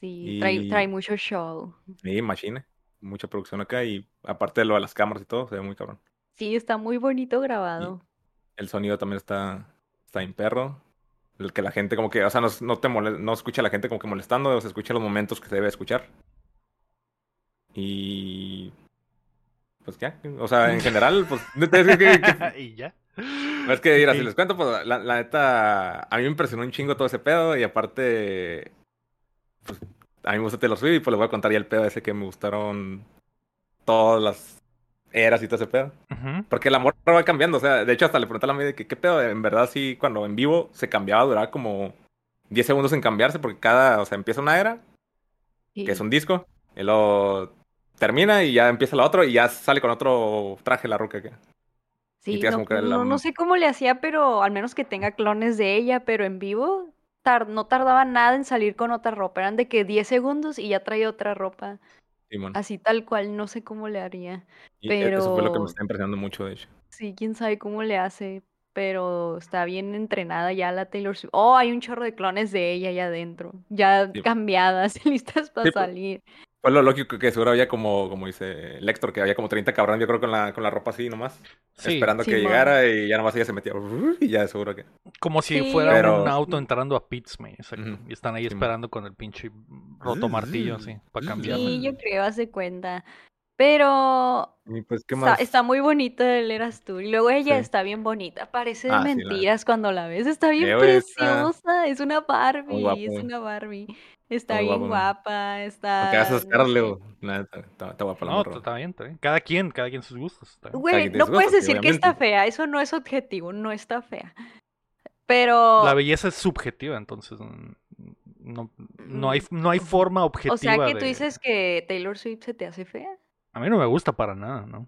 [SPEAKER 2] sí, trae,
[SPEAKER 3] y-
[SPEAKER 2] trae mucho show.
[SPEAKER 3] Sí, machine, mucha producción acá, y aparte de lo de las cámaras y todo, se ve muy cabrón.
[SPEAKER 2] Sí, está muy bonito grabado.
[SPEAKER 3] El sonido también está, está en perro. El que la gente como que, o sea, no, no te mole- no escucha a la gente como que molestando, se escucha los momentos que se debe escuchar. Y... Pues ya, o sea, en general, pues... no te- es que- que-
[SPEAKER 1] y ya.
[SPEAKER 3] es que, mira, si
[SPEAKER 1] Ok.
[SPEAKER 3] les cuento, pues la, la neta, a mí me impresionó un chingo todo ese pedo y aparte, pues a mí me gusta Taylor Swift y pues les voy a contar ya el pedo ese que me gustaron todas las eras y todo ese pedo.
[SPEAKER 1] Ujú.
[SPEAKER 3] Porque la morra va cambiando, o sea, de hecho hasta le pregunté a la media que qué pedo, en verdad sí, cuando en vivo se cambiaba, duraba como 10 segundos en cambiarse, porque cada, o sea, empieza una era,
[SPEAKER 2] Sí.
[SPEAKER 3] que es un disco, y lo termina y ya empieza la otra y ya sale con otro traje la ruca. que-
[SPEAKER 2] Sí,
[SPEAKER 3] te hace
[SPEAKER 2] no,
[SPEAKER 3] como que la-
[SPEAKER 2] no- no sé cómo le hacía, pero al menos que tenga clones de ella, pero en vivo tar- no tardaba nada en salir con otra ropa. Eran de que 10 segundos y ya traía otra ropa.
[SPEAKER 3] Simón.
[SPEAKER 2] Así tal cual, no sé cómo le haría.
[SPEAKER 3] Y e- Eso fue lo que
[SPEAKER 2] pero-
[SPEAKER 3] me está impresionando mucho, de hecho.
[SPEAKER 2] Sí, quién sabe cómo le hace, pero está bien entrenada ya la Taylor Swift. Oh, hay un chorro de clones de ella allá adentro, ya
[SPEAKER 3] Sí.
[SPEAKER 2] cambiadas, listas para
[SPEAKER 3] Sí, pues.
[SPEAKER 2] salir.
[SPEAKER 3] Fue lo lógico que seguro había como, como dice Lector, que había como 30 cabrones, yo creo, con la, con la ropa así nomás,
[SPEAKER 1] Sí,
[SPEAKER 3] esperando que
[SPEAKER 2] Simón.
[SPEAKER 3] llegara y ya nomás ella se metía, y ya seguro que...
[SPEAKER 1] como si
[SPEAKER 2] Sí,
[SPEAKER 1] fuera
[SPEAKER 3] Pero-
[SPEAKER 1] un auto entrando a pits, me. Exacto.
[SPEAKER 3] Ujú.
[SPEAKER 1] Y están ahí
[SPEAKER 3] Sí, mo.
[SPEAKER 1] esperando con el pinche roto martillo, así, para
[SPEAKER 3] Sí,
[SPEAKER 1] cambiarme.
[SPEAKER 2] Sí, yo creo, hace cuenta. Pero
[SPEAKER 3] Y pues, ¿qué
[SPEAKER 2] Está,
[SPEAKER 3] más?
[SPEAKER 2] está muy bonito el Eras tú. Y luego ella
[SPEAKER 3] Sí.
[SPEAKER 2] está bien bonita. Parece de
[SPEAKER 3] Ah, sí, la neta.
[SPEAKER 2] mentiras cuando la ves. Está bien
[SPEAKER 3] Leo está-
[SPEAKER 2] preciosa. Es una Barbie. Es
[SPEAKER 3] guapo.
[SPEAKER 2] una Barbie. Está
[SPEAKER 3] Muy
[SPEAKER 2] bien
[SPEAKER 3] guapo.
[SPEAKER 2] guapa. Está.
[SPEAKER 3] Aunque vas a
[SPEAKER 2] no sé.
[SPEAKER 3] sacarle, güey. La neta, está, está guapa la
[SPEAKER 1] No,
[SPEAKER 3] morra.
[SPEAKER 1] está bien, está bien. Cada quien, cada quien sus gustos. está bien.
[SPEAKER 2] Güey,
[SPEAKER 3] quien tiene
[SPEAKER 2] no
[SPEAKER 3] sus
[SPEAKER 2] puedes
[SPEAKER 3] gustos, sí,
[SPEAKER 2] decir que está
[SPEAKER 3] obviamente.
[SPEAKER 2] fea. Eso no es objetivo. No está fea. Pero.
[SPEAKER 1] La belleza es subjetiva, entonces mm, no, no hay, no hay
[SPEAKER 2] Ujú.
[SPEAKER 1] forma objetiva.
[SPEAKER 2] O sea que tú
[SPEAKER 1] de-
[SPEAKER 2] dices que Taylor Swift se te hace fea.
[SPEAKER 1] A mí no me gusta para nada, ¿no?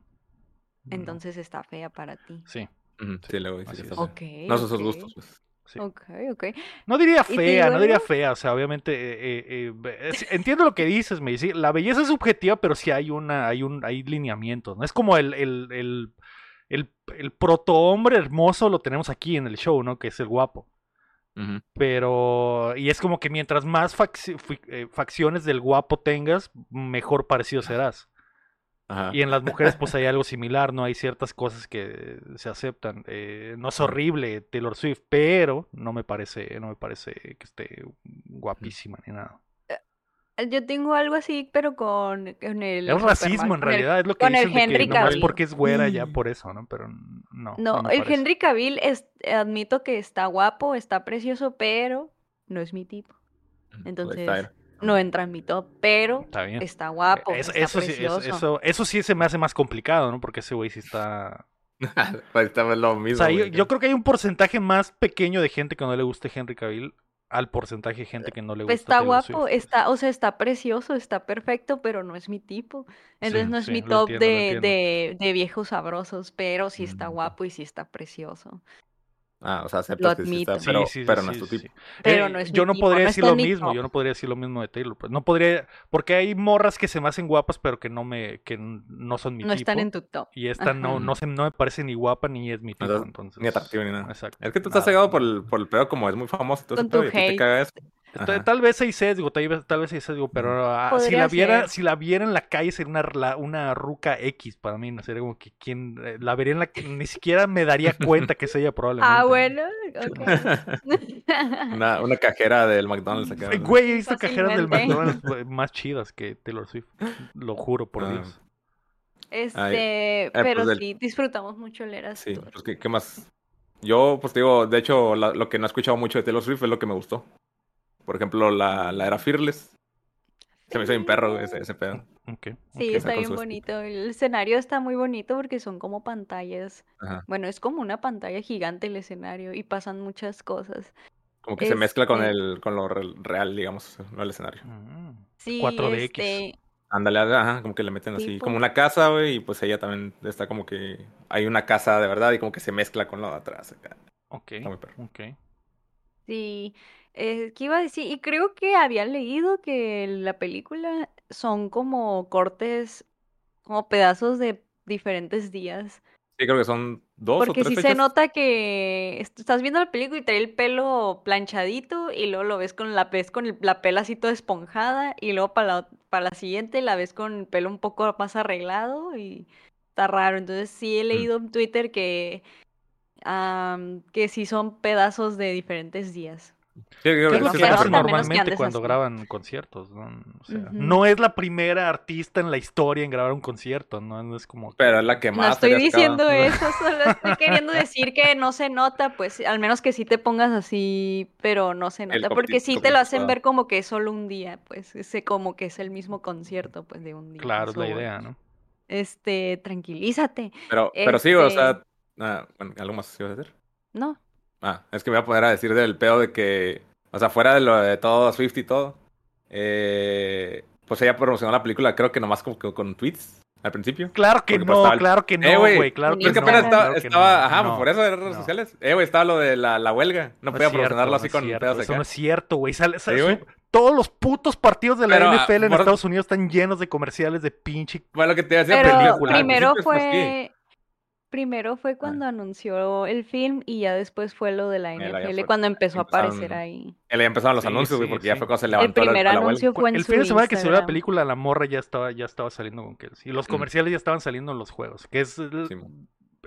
[SPEAKER 1] No.
[SPEAKER 2] Entonces está fea para ti.
[SPEAKER 1] Sí,
[SPEAKER 3] Ujú, Sí, luego
[SPEAKER 1] así es.
[SPEAKER 3] dice que está
[SPEAKER 1] Ok,
[SPEAKER 3] fea.
[SPEAKER 2] Ok.
[SPEAKER 3] No son sus
[SPEAKER 2] ok,
[SPEAKER 3] gustos, pues.
[SPEAKER 1] sí.
[SPEAKER 2] Ok, ok.
[SPEAKER 1] No diría
[SPEAKER 2] te
[SPEAKER 1] fea,
[SPEAKER 2] digo
[SPEAKER 1] no diría
[SPEAKER 2] algo?
[SPEAKER 1] fea, o sea, obviamente eh, eh, eh, be- es- entiendo lo que dices, me dice, la belleza es subjetiva, pero sí hay una, hay un, hay lineamientos, ¿no? Es como el, el, el, el, el protohombre hermoso lo tenemos aquí en el show, ¿no? Que es el guapo.
[SPEAKER 3] Ujú.
[SPEAKER 1] Pero, y es como que mientras más facci- fi- eh, facciones del guapo tengas, mejor parecido serás.
[SPEAKER 3] Ajá.
[SPEAKER 1] Y en las mujeres, pues hay algo similar, ¿no? Hay ciertas cosas que se aceptan. Eh, no es horrible Taylor Swift, pero no me parece, no me parece que esté guapísima ni nada.
[SPEAKER 2] Yo tengo algo así, pero con, con el.
[SPEAKER 1] Es racismo en
[SPEAKER 2] Superman- con el-
[SPEAKER 1] realidad, es lo que
[SPEAKER 2] con el
[SPEAKER 1] dicen de que
[SPEAKER 2] Henry
[SPEAKER 1] nomás
[SPEAKER 2] Cavill.
[SPEAKER 1] porque es güera ya
[SPEAKER 3] Mm.
[SPEAKER 1] por eso, ¿no? Pero no. No,
[SPEAKER 2] No,
[SPEAKER 1] me
[SPEAKER 2] el
[SPEAKER 1] parece.
[SPEAKER 2] Henry Cavill es, admito que está guapo, está precioso, pero no es mi tipo.
[SPEAKER 3] Pues
[SPEAKER 2] Entonces,
[SPEAKER 3] ahí está,
[SPEAKER 2] no entra en mi top, pero
[SPEAKER 1] Está bien.
[SPEAKER 2] está guapo,
[SPEAKER 1] Ah. e, Es-
[SPEAKER 2] está
[SPEAKER 1] eso, sí, es-
[SPEAKER 2] precioso.
[SPEAKER 1] eso, eso sí se me hace más complicado, ¿no? Porque ese güey sí está
[SPEAKER 3] era. Ahí está pues, lo mismo.
[SPEAKER 1] O sea, yo,
[SPEAKER 3] güey,
[SPEAKER 1] yo creo que hay un porcentaje más pequeño de gente que no le guste Henry Cavill al porcentaje de gente que no le gusta.
[SPEAKER 2] Eh, pues, Está
[SPEAKER 1] Taylor
[SPEAKER 2] guapo,
[SPEAKER 1] Swift.
[SPEAKER 2] está, o sea, está precioso, está perfecto, pero no es mi tipo. Entonces no es
[SPEAKER 1] sí,
[SPEAKER 2] mi
[SPEAKER 1] lo
[SPEAKER 2] top
[SPEAKER 1] entiendo, lo
[SPEAKER 2] de,
[SPEAKER 1] entiendo.
[SPEAKER 2] de, de viejos sabrosos, pero sí está
[SPEAKER 3] Mm, ok.
[SPEAKER 2] guapo y sí está precioso.
[SPEAKER 3] Ah, o sea, aceptas
[SPEAKER 2] Lo
[SPEAKER 3] que sí está,
[SPEAKER 2] admito.
[SPEAKER 3] pero,
[SPEAKER 1] Sí, sí, sí,
[SPEAKER 3] pero no es
[SPEAKER 1] sí,
[SPEAKER 3] tu
[SPEAKER 1] sí.
[SPEAKER 3] tipo.
[SPEAKER 2] Pero
[SPEAKER 1] Eh,
[SPEAKER 2] no es
[SPEAKER 1] yo
[SPEAKER 2] mi
[SPEAKER 1] no
[SPEAKER 2] tipo,
[SPEAKER 1] podría
[SPEAKER 2] no
[SPEAKER 1] decir
[SPEAKER 2] está
[SPEAKER 1] lo
[SPEAKER 2] en mi
[SPEAKER 1] mismo,
[SPEAKER 2] top.
[SPEAKER 1] yo no podría decir lo mismo de Taylor. Pues no podría, porque hay morras que se me hacen guapas, pero que no me, que n- no son mi
[SPEAKER 2] No
[SPEAKER 1] tipo.
[SPEAKER 2] están en tu top.
[SPEAKER 1] Y esta no,
[SPEAKER 2] Ajá.
[SPEAKER 1] no se, no me parece ni guapa ni es mi tipo,
[SPEAKER 3] Entonces,
[SPEAKER 1] entonces.
[SPEAKER 3] Ni atractivo ni nada.
[SPEAKER 1] Exacto.
[SPEAKER 3] Es que tú estás
[SPEAKER 1] Nada.
[SPEAKER 3] cegado por el, por el pedo, como es muy famoso. y todo
[SPEAKER 2] Con
[SPEAKER 3] ese
[SPEAKER 2] tu
[SPEAKER 3] pedo, y a ti te
[SPEAKER 2] hate.
[SPEAKER 3] caga eso.
[SPEAKER 1] Ta-
[SPEAKER 3] Ajá.
[SPEAKER 1] Tal vez hay sesgo, tal vez, tal vez hay sesgo, pero ah, si,
[SPEAKER 2] Mm. Podría
[SPEAKER 1] la viera,
[SPEAKER 2] ser.
[SPEAKER 1] si la viera en la calle sería una, la- una ruca X para mí, no sería como que quien eh, la vería en la ni siquiera me daría cuenta que es ella probablemente.
[SPEAKER 2] Ah, bueno. ok.
[SPEAKER 3] una, una cajera del McDonald's acá.
[SPEAKER 1] Eh,
[SPEAKER 3] ¿no?
[SPEAKER 1] Güey, he visto cajeras del
[SPEAKER 2] Fácilmente.
[SPEAKER 1] McDonald's güey, más chidas que Taylor Swift. Lo juro por
[SPEAKER 3] Ah,
[SPEAKER 1] Dios. eh,
[SPEAKER 2] Este,
[SPEAKER 3] pues
[SPEAKER 2] pero
[SPEAKER 3] del-
[SPEAKER 2] sí, disfrutamos mucho leer a
[SPEAKER 3] Sí,
[SPEAKER 2] Stuart.
[SPEAKER 3] pues ¿qué, qué más? Yo, pues te digo, de hecho, la- lo que no he escuchado mucho de Taylor Swift es lo que me gustó. Por ejemplo, la, la era Fearless. Se me hizo bien perro güey, ese, ese pedo.
[SPEAKER 1] Ok,
[SPEAKER 2] Sí,
[SPEAKER 1] ok.
[SPEAKER 3] esa
[SPEAKER 2] está
[SPEAKER 3] con
[SPEAKER 2] bien
[SPEAKER 3] su
[SPEAKER 2] bonito. El escenario está muy bonito porque son como pantallas.
[SPEAKER 3] Ajá.
[SPEAKER 2] Bueno, es como una pantalla gigante el escenario y pasan muchas cosas.
[SPEAKER 3] Como que se mezcla con
[SPEAKER 2] Este-
[SPEAKER 3] el con lo re- real, digamos, no el escenario.
[SPEAKER 1] Mm.
[SPEAKER 2] Sí,
[SPEAKER 1] 4DX.
[SPEAKER 2] este,
[SPEAKER 3] Ándale, ajá, como que le meten así,
[SPEAKER 2] Tipo.
[SPEAKER 3] como una casa, güey, y pues ella también está como que hay una casa de verdad y como que se mezcla con lo de atrás. acá.
[SPEAKER 1] Ok,
[SPEAKER 3] Está muy perro.
[SPEAKER 1] ok.
[SPEAKER 2] sí. Eh, ¿qué iba a decir? Y creo que había leído que la película son como cortes, como pedazos de diferentes días.
[SPEAKER 3] Sí, creo que son dos o
[SPEAKER 2] Porque
[SPEAKER 3] tres
[SPEAKER 2] sí se
[SPEAKER 3] fechas.
[SPEAKER 2] nota que est- estás viendo la película y trae el pelo planchadito y luego lo ves con la ves con el- la pela así toda esponjada y luego para la, ot- para la siguiente la ves con el pelo un poco más arreglado y está raro. Entonces sí he
[SPEAKER 3] Mm.
[SPEAKER 2] leído en Twitter que am, que sí son pedazos de diferentes días.
[SPEAKER 3] Sí,
[SPEAKER 1] ¿Qué
[SPEAKER 3] creo que
[SPEAKER 1] es lo
[SPEAKER 3] sí
[SPEAKER 1] que
[SPEAKER 3] es la
[SPEAKER 2] nota,
[SPEAKER 1] hacen
[SPEAKER 3] primera.
[SPEAKER 2] menos que
[SPEAKER 1] normalmente
[SPEAKER 2] andes
[SPEAKER 1] cuando
[SPEAKER 2] así.
[SPEAKER 1] graban conciertos? ¿no? O sea,
[SPEAKER 2] Ujú.
[SPEAKER 1] no es la primera artista en la historia en grabar un concierto, ¿no? No es como... que-
[SPEAKER 3] Pero es la que
[SPEAKER 2] No
[SPEAKER 3] más.
[SPEAKER 2] estoy
[SPEAKER 3] teorías acaba.
[SPEAKER 2] diciendo eso, solo estoy queriendo decir que no se nota, pues al menos que sí te pongas así, pero no se nota, porque
[SPEAKER 3] compli-
[SPEAKER 2] sí te lo hacen
[SPEAKER 3] complicado.
[SPEAKER 2] ver como que es solo un día, pues ese como que es el mismo concierto, pues de un día.
[SPEAKER 1] Claro, es la
[SPEAKER 2] eso voy.
[SPEAKER 1] idea, ¿no?
[SPEAKER 2] Este, tranquilízate,
[SPEAKER 3] Pero, pero sí, o
[SPEAKER 2] Este-
[SPEAKER 3] sea, ah, bueno, algo más ibas a decir.
[SPEAKER 2] ¿no?
[SPEAKER 3] Ah, es que me voy a poner a decir del pedo de que, o sea, fuera de lo de todo Swift y todo, eh, pues ella promocionó la película, creo que nomás como que con tweets al principio.
[SPEAKER 1] Claro que
[SPEAKER 3] Porque pasaba
[SPEAKER 1] no,
[SPEAKER 3] el-
[SPEAKER 1] claro que
[SPEAKER 3] Eh,
[SPEAKER 1] no,
[SPEAKER 3] güey,
[SPEAKER 1] güey, claro
[SPEAKER 2] es
[SPEAKER 1] que
[SPEAKER 3] es que
[SPEAKER 1] no,
[SPEAKER 3] apenas estaba,
[SPEAKER 1] claro que
[SPEAKER 3] estaba-
[SPEAKER 1] no,
[SPEAKER 3] ajá,
[SPEAKER 1] no.
[SPEAKER 3] pues por eso de las redes
[SPEAKER 1] no.
[SPEAKER 3] sociales. Eh, güey, estaba lo de la, la huelga. No podía
[SPEAKER 1] es cierto,
[SPEAKER 3] promocionarlo así
[SPEAKER 1] no es
[SPEAKER 3] con
[SPEAKER 1] cierto,
[SPEAKER 3] pedos
[SPEAKER 1] Eso
[SPEAKER 3] acá.
[SPEAKER 1] no es cierto, güey. Sale- sale-
[SPEAKER 3] Sí, güey.
[SPEAKER 1] su- todos los putos partidos de la
[SPEAKER 3] Pero, ah,
[SPEAKER 1] NFL en
[SPEAKER 3] por-
[SPEAKER 1] Estados Unidos están llenos de comerciales de pinche.
[SPEAKER 3] Bueno, lo que te decía,
[SPEAKER 2] Pero
[SPEAKER 1] película, al
[SPEAKER 2] primero
[SPEAKER 3] principio es pues, así.
[SPEAKER 2] fue primero fue cuando anunció el film y ya después fue lo de la
[SPEAKER 3] ya
[SPEAKER 2] NFL
[SPEAKER 3] fue-
[SPEAKER 2] cuando empezó a
[SPEAKER 3] empezaron-
[SPEAKER 2] aparecer ahí.
[SPEAKER 3] Eh, ya empezaron los
[SPEAKER 1] Sí,
[SPEAKER 3] anuncios, güey,
[SPEAKER 1] sí,
[SPEAKER 3] porque ya
[SPEAKER 1] sí.
[SPEAKER 3] fue cuando se
[SPEAKER 2] El
[SPEAKER 3] levantó la,
[SPEAKER 2] primer
[SPEAKER 3] la huelga.
[SPEAKER 2] anuncio fue en
[SPEAKER 1] El
[SPEAKER 2] su
[SPEAKER 1] fin de semana que se ve la
[SPEAKER 2] Instagram.
[SPEAKER 1] película, la morra ya estaba, ya estaba saliendo con que y los
[SPEAKER 3] Mm.
[SPEAKER 1] comerciales ya estaban saliendo en los juegos, que es el-
[SPEAKER 3] Sí,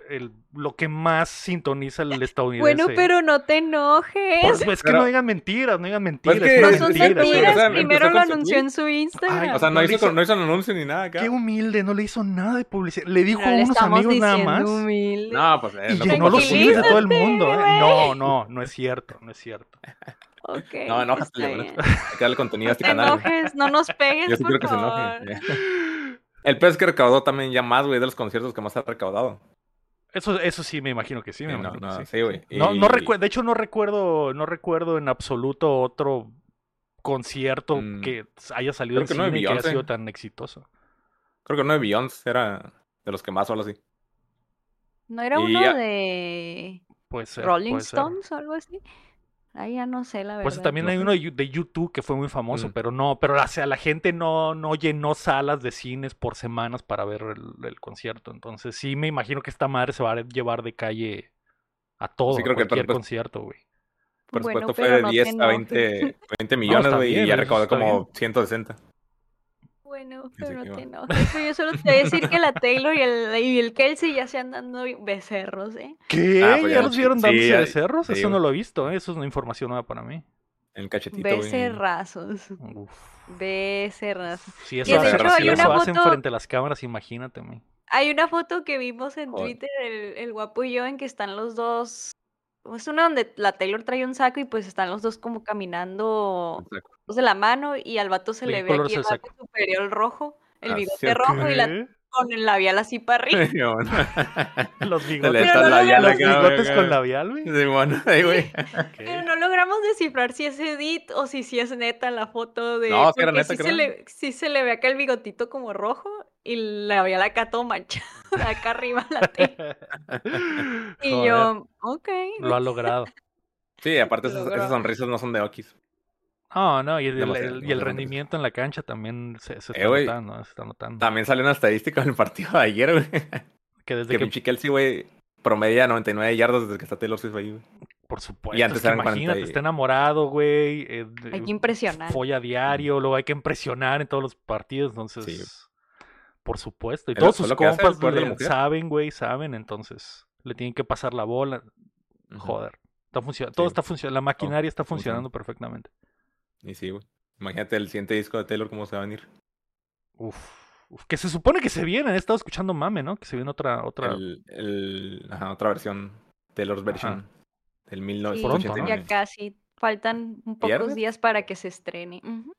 [SPEAKER 1] el- lo que más sintoniza el estadounidense.
[SPEAKER 2] Bueno, pero no te
[SPEAKER 1] Por-
[SPEAKER 2] enojes.
[SPEAKER 1] es que
[SPEAKER 3] Pero- Pues
[SPEAKER 1] no digan mentiras, no digan mentiras.
[SPEAKER 3] que
[SPEAKER 1] una
[SPEAKER 2] No
[SPEAKER 3] es
[SPEAKER 2] son
[SPEAKER 3] mentira,
[SPEAKER 1] mentira,
[SPEAKER 3] güey, o
[SPEAKER 2] mentiras.
[SPEAKER 3] sea,
[SPEAKER 2] Primero
[SPEAKER 3] empezó
[SPEAKER 2] lo
[SPEAKER 3] con su
[SPEAKER 2] anunció
[SPEAKER 3] tweet.
[SPEAKER 2] en su Instagram.
[SPEAKER 3] O sea, no
[SPEAKER 1] No le
[SPEAKER 3] hizo,
[SPEAKER 1] hizo-
[SPEAKER 3] no hizo anuncio ni nada acá.
[SPEAKER 1] Qué humilde, no le hizo nada de publicidad. Le dijo
[SPEAKER 2] No
[SPEAKER 1] a
[SPEAKER 2] le
[SPEAKER 1] unos
[SPEAKER 2] estamos
[SPEAKER 1] amigos nada
[SPEAKER 2] diciendo
[SPEAKER 1] más.
[SPEAKER 2] humilde.
[SPEAKER 3] No, pues. eh,
[SPEAKER 1] Y
[SPEAKER 3] no
[SPEAKER 1] llenó los
[SPEAKER 3] compartió ni
[SPEAKER 1] tweets de
[SPEAKER 3] nada.
[SPEAKER 1] todo el mundo. ¿eh?
[SPEAKER 2] güey.
[SPEAKER 1] No, no, no es cierto, no es cierto.
[SPEAKER 2] Ok,
[SPEAKER 3] No,
[SPEAKER 2] está
[SPEAKER 3] enójate, güey.
[SPEAKER 2] bien.
[SPEAKER 3] Hay que darle contenido a este
[SPEAKER 2] Te
[SPEAKER 3] canal. güey.
[SPEAKER 2] enojes, no nos pegues,
[SPEAKER 3] Yo sí
[SPEAKER 2] por
[SPEAKER 3] quiero que se
[SPEAKER 2] favor.
[SPEAKER 3] enoje. El peor es que recaudó también ya más, güey, de los conciertos que más ha recaudado.
[SPEAKER 1] Eso, eso sí, me imagino que sí. Me
[SPEAKER 3] Sí, no,
[SPEAKER 1] imagino que
[SPEAKER 3] no,
[SPEAKER 1] sí.
[SPEAKER 3] sí, güey.
[SPEAKER 1] No, no
[SPEAKER 3] Y-
[SPEAKER 1] recue- de hecho, no recuerdo, no recuerdo en absoluto otro concierto
[SPEAKER 3] Mm.
[SPEAKER 1] que haya salido
[SPEAKER 3] Creo
[SPEAKER 1] en
[SPEAKER 3] que no de
[SPEAKER 1] cine y que haya
[SPEAKER 3] Beyoncé.
[SPEAKER 1] sido tan exitoso.
[SPEAKER 3] Creo que uno de Beyoncé era de los que más o algo así.
[SPEAKER 2] ¿No era
[SPEAKER 3] Y
[SPEAKER 2] uno
[SPEAKER 3] ya-
[SPEAKER 2] de
[SPEAKER 1] Puede ser.
[SPEAKER 2] Rolling
[SPEAKER 1] puede ser.
[SPEAKER 2] Stones o algo así? Ahí ya no sé, la verdad.
[SPEAKER 1] Pues también
[SPEAKER 3] no
[SPEAKER 1] hay
[SPEAKER 3] sé.
[SPEAKER 1] uno de Yu- de YouTube que fue muy famoso,
[SPEAKER 3] Mm.
[SPEAKER 1] pero no, pero o sea, la gente no, no llenó salas de cines por semanas para ver el, el concierto. Entonces sí me imagino que esta madre se va a llevar de calle a todo,
[SPEAKER 3] Sí,
[SPEAKER 1] a
[SPEAKER 3] creo que el
[SPEAKER 1] cualquier
[SPEAKER 3] presupuesto-
[SPEAKER 1] concierto, güey.
[SPEAKER 3] Ah, Por
[SPEAKER 2] Bueno,
[SPEAKER 3] supuesto,
[SPEAKER 2] pero
[SPEAKER 3] fue de
[SPEAKER 2] no te
[SPEAKER 3] 10 a
[SPEAKER 2] enojes.
[SPEAKER 3] 20, 20 millones,
[SPEAKER 1] está
[SPEAKER 3] güey,
[SPEAKER 1] bien,
[SPEAKER 3] y ya
[SPEAKER 1] eso
[SPEAKER 3] recaudó
[SPEAKER 1] está
[SPEAKER 3] como 160.
[SPEAKER 2] Bueno,
[SPEAKER 3] sé
[SPEAKER 2] pero
[SPEAKER 3] qué
[SPEAKER 2] no te
[SPEAKER 3] va.
[SPEAKER 2] enojes. Pero yo solo te voy a decir que la Taylor y el, y el Kelsey ya se andan dando becerros, ¿eh?
[SPEAKER 1] ¿Qué?
[SPEAKER 3] Ah, pues ya
[SPEAKER 1] ¿Ya
[SPEAKER 3] no-
[SPEAKER 1] los vieron
[SPEAKER 3] sí,
[SPEAKER 1] dándose
[SPEAKER 3] ya-
[SPEAKER 1] becerros?
[SPEAKER 3] sí,
[SPEAKER 1] Eso no
[SPEAKER 3] güey.
[SPEAKER 1] lo he visto, ¿eh? eso es una información nueva para mí.
[SPEAKER 3] El cachetito, güey.
[SPEAKER 2] Becerrazos.
[SPEAKER 1] Uf.
[SPEAKER 2] Becerrazos.
[SPEAKER 1] Si eso,
[SPEAKER 3] de
[SPEAKER 1] hacen-
[SPEAKER 3] hecho hay
[SPEAKER 1] si
[SPEAKER 3] una
[SPEAKER 1] eso hacen
[SPEAKER 2] foto-
[SPEAKER 1] frente a las cámaras, imagínate, güey.
[SPEAKER 2] Hay una foto que vimos en
[SPEAKER 3] Joder.
[SPEAKER 2] Twitter, el, el guapo y yo, en que están los dos. Es una donde la Taylor trae un saco y pues están los dos como caminando dos de la mano y al vato se
[SPEAKER 1] ¿De
[SPEAKER 2] le
[SPEAKER 1] qué
[SPEAKER 2] ve
[SPEAKER 1] color
[SPEAKER 2] aquí
[SPEAKER 1] es
[SPEAKER 2] el
[SPEAKER 1] el
[SPEAKER 2] labio superior rojo, el
[SPEAKER 3] Ah,
[SPEAKER 2] bigote
[SPEAKER 3] cierto.
[SPEAKER 2] rojo y la
[SPEAKER 1] ¿Qué?
[SPEAKER 2] con el labial así para arriba.
[SPEAKER 1] Los
[SPEAKER 3] Se le
[SPEAKER 1] bigotes,
[SPEAKER 3] está
[SPEAKER 2] Pero no
[SPEAKER 3] labial
[SPEAKER 1] los
[SPEAKER 3] acá, güey,
[SPEAKER 1] bigotes
[SPEAKER 3] acá,
[SPEAKER 1] con
[SPEAKER 3] güey.
[SPEAKER 1] labial, güey.
[SPEAKER 3] Simón, ahí, güey.
[SPEAKER 1] ¿Qué?
[SPEAKER 2] Pero no logramos podemos descifrar si es edit o si, si es neta la foto de.
[SPEAKER 3] No, sí
[SPEAKER 2] porque
[SPEAKER 3] era neta,
[SPEAKER 2] sí se,
[SPEAKER 3] creo.
[SPEAKER 2] le, sí se le ve acá el bigotito como rojo y la había acá todo manchada, acá arriba la T. Y
[SPEAKER 1] Joder,
[SPEAKER 2] yo, ok.
[SPEAKER 1] Lo ha logrado.
[SPEAKER 3] Sí, aparte esas,
[SPEAKER 2] Logró.
[SPEAKER 3] esas sonrisas no son de Okis.
[SPEAKER 1] No, no, y el,
[SPEAKER 3] Demasiado,
[SPEAKER 1] el- y el
[SPEAKER 3] demasiado.
[SPEAKER 1] rendimiento en la cancha también se, se
[SPEAKER 3] Eh,
[SPEAKER 1] está
[SPEAKER 3] güey.
[SPEAKER 1] notando, se está notando.
[SPEAKER 3] También salió una estadística del partido de ayer, güey.
[SPEAKER 1] Que desde
[SPEAKER 3] Que
[SPEAKER 1] que,
[SPEAKER 3] pinche Kelsey, güey, promedia 99 yardas desde que está Taylor Swift ahí, güey.
[SPEAKER 1] por supuesto,
[SPEAKER 3] y
[SPEAKER 1] es
[SPEAKER 3] antes
[SPEAKER 1] que
[SPEAKER 3] eran
[SPEAKER 1] imagínate,
[SPEAKER 3] 40 y-
[SPEAKER 1] está enamorado, güey. eh, de-
[SPEAKER 2] Hay que impresionar.
[SPEAKER 1] Folla a diario, luego hay que impresionar en todos los partidos, entonces. Por supuesto. Y
[SPEAKER 3] Es-
[SPEAKER 1] todos
[SPEAKER 3] es
[SPEAKER 1] sus
[SPEAKER 3] lo que hace el
[SPEAKER 1] compas
[SPEAKER 3] poder de la
[SPEAKER 1] le-
[SPEAKER 3] mujer.
[SPEAKER 1] saben, güey, saben, entonces. Le tienen que pasar la bola. Joder. Está funcionando. Todo
[SPEAKER 3] Sí.
[SPEAKER 1] está funcionando. La maquinaria está
[SPEAKER 3] está
[SPEAKER 1] funcionando perfectamente.
[SPEAKER 3] Y sí, güey. Imagínate el siguiente disco de Taylor cómo se va a venir.
[SPEAKER 1] Uf. Uf, Que se supone que se viene. He estado escuchando mame, ¿no? Que se viene otra. otra...
[SPEAKER 3] El, el- ajá, otra versión. Taylor's version. Del
[SPEAKER 2] Sí,
[SPEAKER 3] 1989.
[SPEAKER 2] ya casi. Faltan un pocos
[SPEAKER 3] ¿Viernes?
[SPEAKER 2] días para que se estrene. Ujú.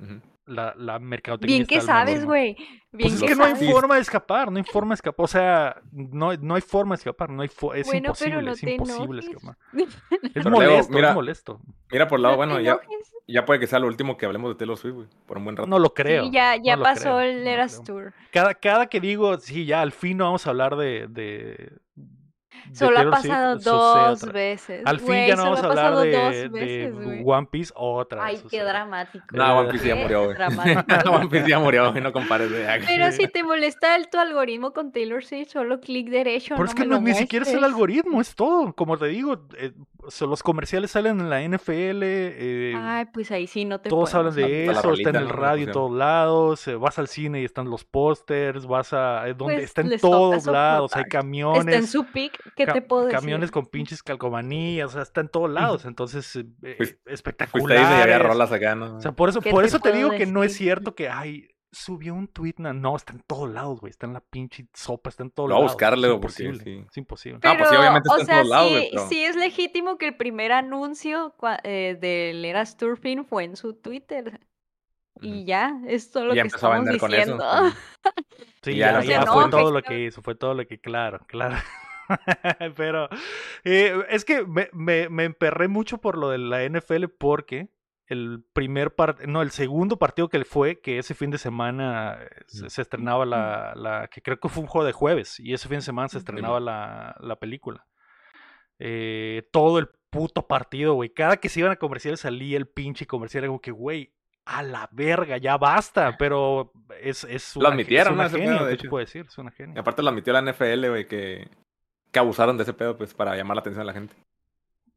[SPEAKER 3] Ujú.
[SPEAKER 1] La, la mercadotecnia.
[SPEAKER 2] Bien que
[SPEAKER 1] está al
[SPEAKER 2] sabes,
[SPEAKER 1] máximo.
[SPEAKER 2] güey. Bien
[SPEAKER 1] Pues es
[SPEAKER 2] que
[SPEAKER 1] que no hay
[SPEAKER 2] sabes.
[SPEAKER 1] forma de escapar, no hay forma de escapar. O sea, no, no hay forma de escapar, no hay fo- es
[SPEAKER 2] Bueno, pero
[SPEAKER 1] imposible,
[SPEAKER 2] no
[SPEAKER 1] es
[SPEAKER 2] te
[SPEAKER 1] imposible
[SPEAKER 2] enojes.
[SPEAKER 1] escapar. Es
[SPEAKER 3] Pero luego,
[SPEAKER 1] molesto,
[SPEAKER 3] mira,
[SPEAKER 1] es molesto.
[SPEAKER 3] Mira, por el lado,
[SPEAKER 2] No te
[SPEAKER 3] bueno, ya,
[SPEAKER 2] enojes.
[SPEAKER 3] ya puede que sea lo último que hablemos de Taylor Swift, güey. Por un buen rato.
[SPEAKER 1] No lo creo.
[SPEAKER 2] Sí, ya, ya
[SPEAKER 1] lo
[SPEAKER 2] pasó
[SPEAKER 1] creo, no
[SPEAKER 2] el
[SPEAKER 1] lo
[SPEAKER 2] Eras
[SPEAKER 1] creo.
[SPEAKER 2] Tour.
[SPEAKER 1] Cada, cada que digo, sí, ya al fin no vamos a hablar de. de, de
[SPEAKER 2] Solo ha
[SPEAKER 1] Taylor Swift",
[SPEAKER 2] pasado
[SPEAKER 1] sucede
[SPEAKER 2] dos
[SPEAKER 1] otra vez.
[SPEAKER 2] veces.
[SPEAKER 1] Al fin
[SPEAKER 2] Güey,
[SPEAKER 1] ya no
[SPEAKER 2] solo
[SPEAKER 1] vamos a
[SPEAKER 2] ha
[SPEAKER 1] hablar
[SPEAKER 2] pasado
[SPEAKER 1] de,
[SPEAKER 2] dos
[SPEAKER 1] de
[SPEAKER 2] veces, güey.
[SPEAKER 1] One Piece otra vez.
[SPEAKER 2] Ay, qué
[SPEAKER 1] sucede.
[SPEAKER 2] dramático.
[SPEAKER 3] No,
[SPEAKER 1] eh,
[SPEAKER 3] One Piece ya
[SPEAKER 2] Qué
[SPEAKER 3] murió, güey.
[SPEAKER 2] dramático.
[SPEAKER 3] One Piece ya murió, güey. No compares, güey.
[SPEAKER 2] Pero si te molesta el, tu algoritmo con Taylor Swift, solo clic derecho.
[SPEAKER 1] Pero es que
[SPEAKER 2] me
[SPEAKER 1] no-
[SPEAKER 2] lo
[SPEAKER 1] ni siquiera es el
[SPEAKER 2] muestres.
[SPEAKER 1] algoritmo, es todo. Como te digo, eh, o sea, los comerciales salen en la NFL. eh,
[SPEAKER 2] Ay, pues ahí sí no te
[SPEAKER 1] Todos
[SPEAKER 2] puedo.
[SPEAKER 1] hablan
[SPEAKER 3] Está-
[SPEAKER 1] de
[SPEAKER 3] está la
[SPEAKER 1] eso, está en
[SPEAKER 3] rolita,
[SPEAKER 1] el
[SPEAKER 3] ¿no? Pues, Que
[SPEAKER 1] radio en
[SPEAKER 3] pusieron.
[SPEAKER 1] todos lados, eh, vas al cine y están los pósters, vas a... eh, donde
[SPEAKER 2] Pues,
[SPEAKER 1] está en
[SPEAKER 2] les toca
[SPEAKER 1] todos lados, hay
[SPEAKER 2] soportar.
[SPEAKER 1] camiones,
[SPEAKER 2] Está en su pick, ¿qué
[SPEAKER 1] ca-
[SPEAKER 2] te puedo decir?
[SPEAKER 1] camiones con pinches calcomanías, o sea, está en todos lados, entonces eh, eh,
[SPEAKER 3] Pues, Fuiste- Fuiste ahí y había
[SPEAKER 1] espectacular.
[SPEAKER 3] rolas acá, ¿no?
[SPEAKER 1] O sea, por eso,
[SPEAKER 2] ¿Qué
[SPEAKER 1] por
[SPEAKER 2] te
[SPEAKER 1] eso te
[SPEAKER 2] puedo
[SPEAKER 1] digo que no es
[SPEAKER 2] decir?
[SPEAKER 1] cierto que, ay, subió un tweet, na- no, está en todos lados, güey, está en la pinche sopa, está en todos
[SPEAKER 3] Lo voy a
[SPEAKER 1] lados.
[SPEAKER 3] buscarle,
[SPEAKER 1] es
[SPEAKER 3] güey, porque
[SPEAKER 1] imposible,
[SPEAKER 3] sí.
[SPEAKER 1] es imposible.
[SPEAKER 3] Ah,
[SPEAKER 2] Pero,
[SPEAKER 3] pues sí, obviamente
[SPEAKER 2] o
[SPEAKER 3] está en
[SPEAKER 2] sea,
[SPEAKER 3] todos lados, güey,
[SPEAKER 2] sí,
[SPEAKER 3] pero-
[SPEAKER 2] sí es legítimo que el primer anuncio cua- eh, del Eras Tour Film fue en su Twitter. Y
[SPEAKER 3] Ujú.
[SPEAKER 2] ya, es todo lo
[SPEAKER 3] Y ya
[SPEAKER 2] que
[SPEAKER 3] empezó a
[SPEAKER 2] estamos
[SPEAKER 3] vender con eso.
[SPEAKER 2] diciendo.
[SPEAKER 3] güey.
[SPEAKER 1] Sí,
[SPEAKER 3] Y
[SPEAKER 1] ya,
[SPEAKER 3] ya
[SPEAKER 2] no
[SPEAKER 1] ya
[SPEAKER 2] se
[SPEAKER 1] fue
[SPEAKER 2] enoja,
[SPEAKER 1] todo lo
[SPEAKER 2] claro.
[SPEAKER 1] que hizo, fue todo lo que, claro, claro. Pero eh, es que me, me- me emperré mucho por lo de la NFL porque el primer partido, no, el segundo partido que fue, que ese fin de semana eh, se, se estrenaba la, la, que creo que fue un juego de jueves, y ese fin de semana se
[SPEAKER 2] Ujú.
[SPEAKER 1] estrenaba la, la película. Eh, todo el puto partido, güey. Cada que se iban a comerciales salía el pinche comercial, era como que, güey, a la verga, ya basta. Pero es, es
[SPEAKER 3] Lo
[SPEAKER 1] una, ge-
[SPEAKER 3] admitieron,
[SPEAKER 1] es una
[SPEAKER 3] ¿no? Ese
[SPEAKER 1] genia,
[SPEAKER 3] pedo, de
[SPEAKER 1] ¿qué te
[SPEAKER 3] hecho.
[SPEAKER 1] puedo decir? Es una
[SPEAKER 3] Y
[SPEAKER 1] genia.
[SPEAKER 3] aparte lo admitió la NFL, güey, que, que abusaron de ese pedo, pues, para llamar la atención a la gente.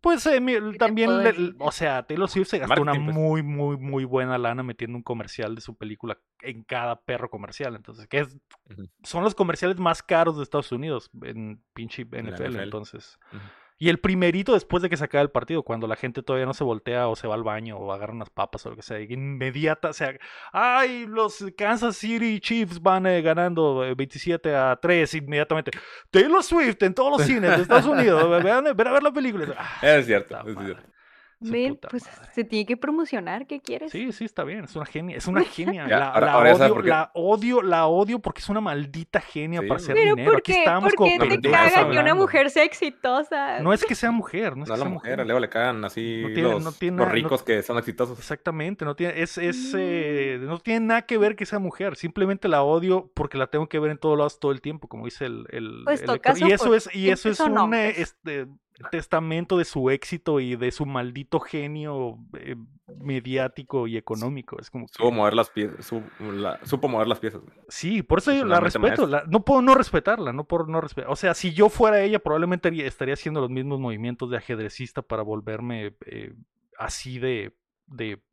[SPEAKER 1] Pues eh, mi-
[SPEAKER 2] te
[SPEAKER 1] también,
[SPEAKER 2] puedo
[SPEAKER 1] le-
[SPEAKER 2] decir?
[SPEAKER 1] o sea, Taylor Swift se gastó una
[SPEAKER 3] Marketing, pues.
[SPEAKER 1] muy, muy, muy buena lana metiendo un comercial de su película en cada perro comercial. Entonces, que es-
[SPEAKER 3] Ujú.
[SPEAKER 1] son los comerciales más caros de Estados Unidos en pinche
[SPEAKER 3] la
[SPEAKER 1] NFL,
[SPEAKER 3] NFL.
[SPEAKER 1] entonces.
[SPEAKER 3] Ujú.
[SPEAKER 1] Y el primerito después de que se acaba el partido, cuando la gente todavía no se voltea o se va al baño o agarra unas papas o lo que sea, inmediata, o sea, ay, los Kansas City Chiefs van eh, ganando eh, 27 a 3 inmediatamente. Taylor Swift en todos los cines de Estados Unidos, vean, eh, ven a ver la película. Ah,
[SPEAKER 3] Es cierto.
[SPEAKER 1] puta
[SPEAKER 3] es
[SPEAKER 1] madre.
[SPEAKER 3] cierto.
[SPEAKER 1] Su
[SPEAKER 2] Ven,
[SPEAKER 1] puta
[SPEAKER 2] pues
[SPEAKER 1] madre.
[SPEAKER 2] se tiene que promocionar, ¿qué quieres?
[SPEAKER 1] Sí, sí, está bien. Es una genia. Es una
[SPEAKER 2] Pues,
[SPEAKER 1] genia.
[SPEAKER 3] Ya,
[SPEAKER 1] la,
[SPEAKER 3] ahora-
[SPEAKER 1] la
[SPEAKER 3] ahora ya sabes
[SPEAKER 1] odio,
[SPEAKER 3] por qué.
[SPEAKER 1] la odio, la odio porque es una maldita genia
[SPEAKER 3] Sí,
[SPEAKER 1] para
[SPEAKER 3] güey.
[SPEAKER 1] hacer
[SPEAKER 2] Pero
[SPEAKER 1] dinero.
[SPEAKER 2] ¿por
[SPEAKER 1] Aquí
[SPEAKER 2] qué?
[SPEAKER 1] estábamos
[SPEAKER 2] ¿Por qué
[SPEAKER 1] con
[SPEAKER 3] compitiendo,
[SPEAKER 2] te
[SPEAKER 1] pendejadas
[SPEAKER 2] caga que una
[SPEAKER 1] hablando.
[SPEAKER 2] mujer sea exitosa?
[SPEAKER 1] No es que sea mujer, no es
[SPEAKER 3] No a
[SPEAKER 1] que
[SPEAKER 3] la
[SPEAKER 1] sea
[SPEAKER 3] mujer,
[SPEAKER 1] mujer.
[SPEAKER 3] luego le cagan así
[SPEAKER 1] No tiene-
[SPEAKER 3] los,
[SPEAKER 1] no tiene
[SPEAKER 3] los
[SPEAKER 1] nada- no-
[SPEAKER 3] ricos que son exitosos.
[SPEAKER 1] Exactamente, no tiene, es, es,
[SPEAKER 2] Mm.
[SPEAKER 1] eh, no tiene nada que ver que sea mujer, simplemente la odio porque la tengo que ver en todos lados todo el tiempo, como dice el, el,
[SPEAKER 2] Pues
[SPEAKER 1] el
[SPEAKER 2] toca
[SPEAKER 1] lector. Y eso
[SPEAKER 2] soportar,
[SPEAKER 1] es, y eso
[SPEAKER 2] siempre
[SPEAKER 1] es
[SPEAKER 2] son
[SPEAKER 1] un eh,
[SPEAKER 2] hombres.
[SPEAKER 1] este, testamento de su éxito y de su maldito genio eh, mediático y económico. Es como que-
[SPEAKER 3] Supo mover las piezas. su- la- supo mover las piezas. güey.
[SPEAKER 1] Sí, por eso
[SPEAKER 3] Es
[SPEAKER 1] yo
[SPEAKER 3] una
[SPEAKER 1] la
[SPEAKER 3] mente
[SPEAKER 1] respeto. la- no puedo no respetarla, no puedo no respetar. O sea, si yo fuera ella, probablemente haría- estaría haciendo los mismos movimientos de ajedrecista para volverme eh, así de, de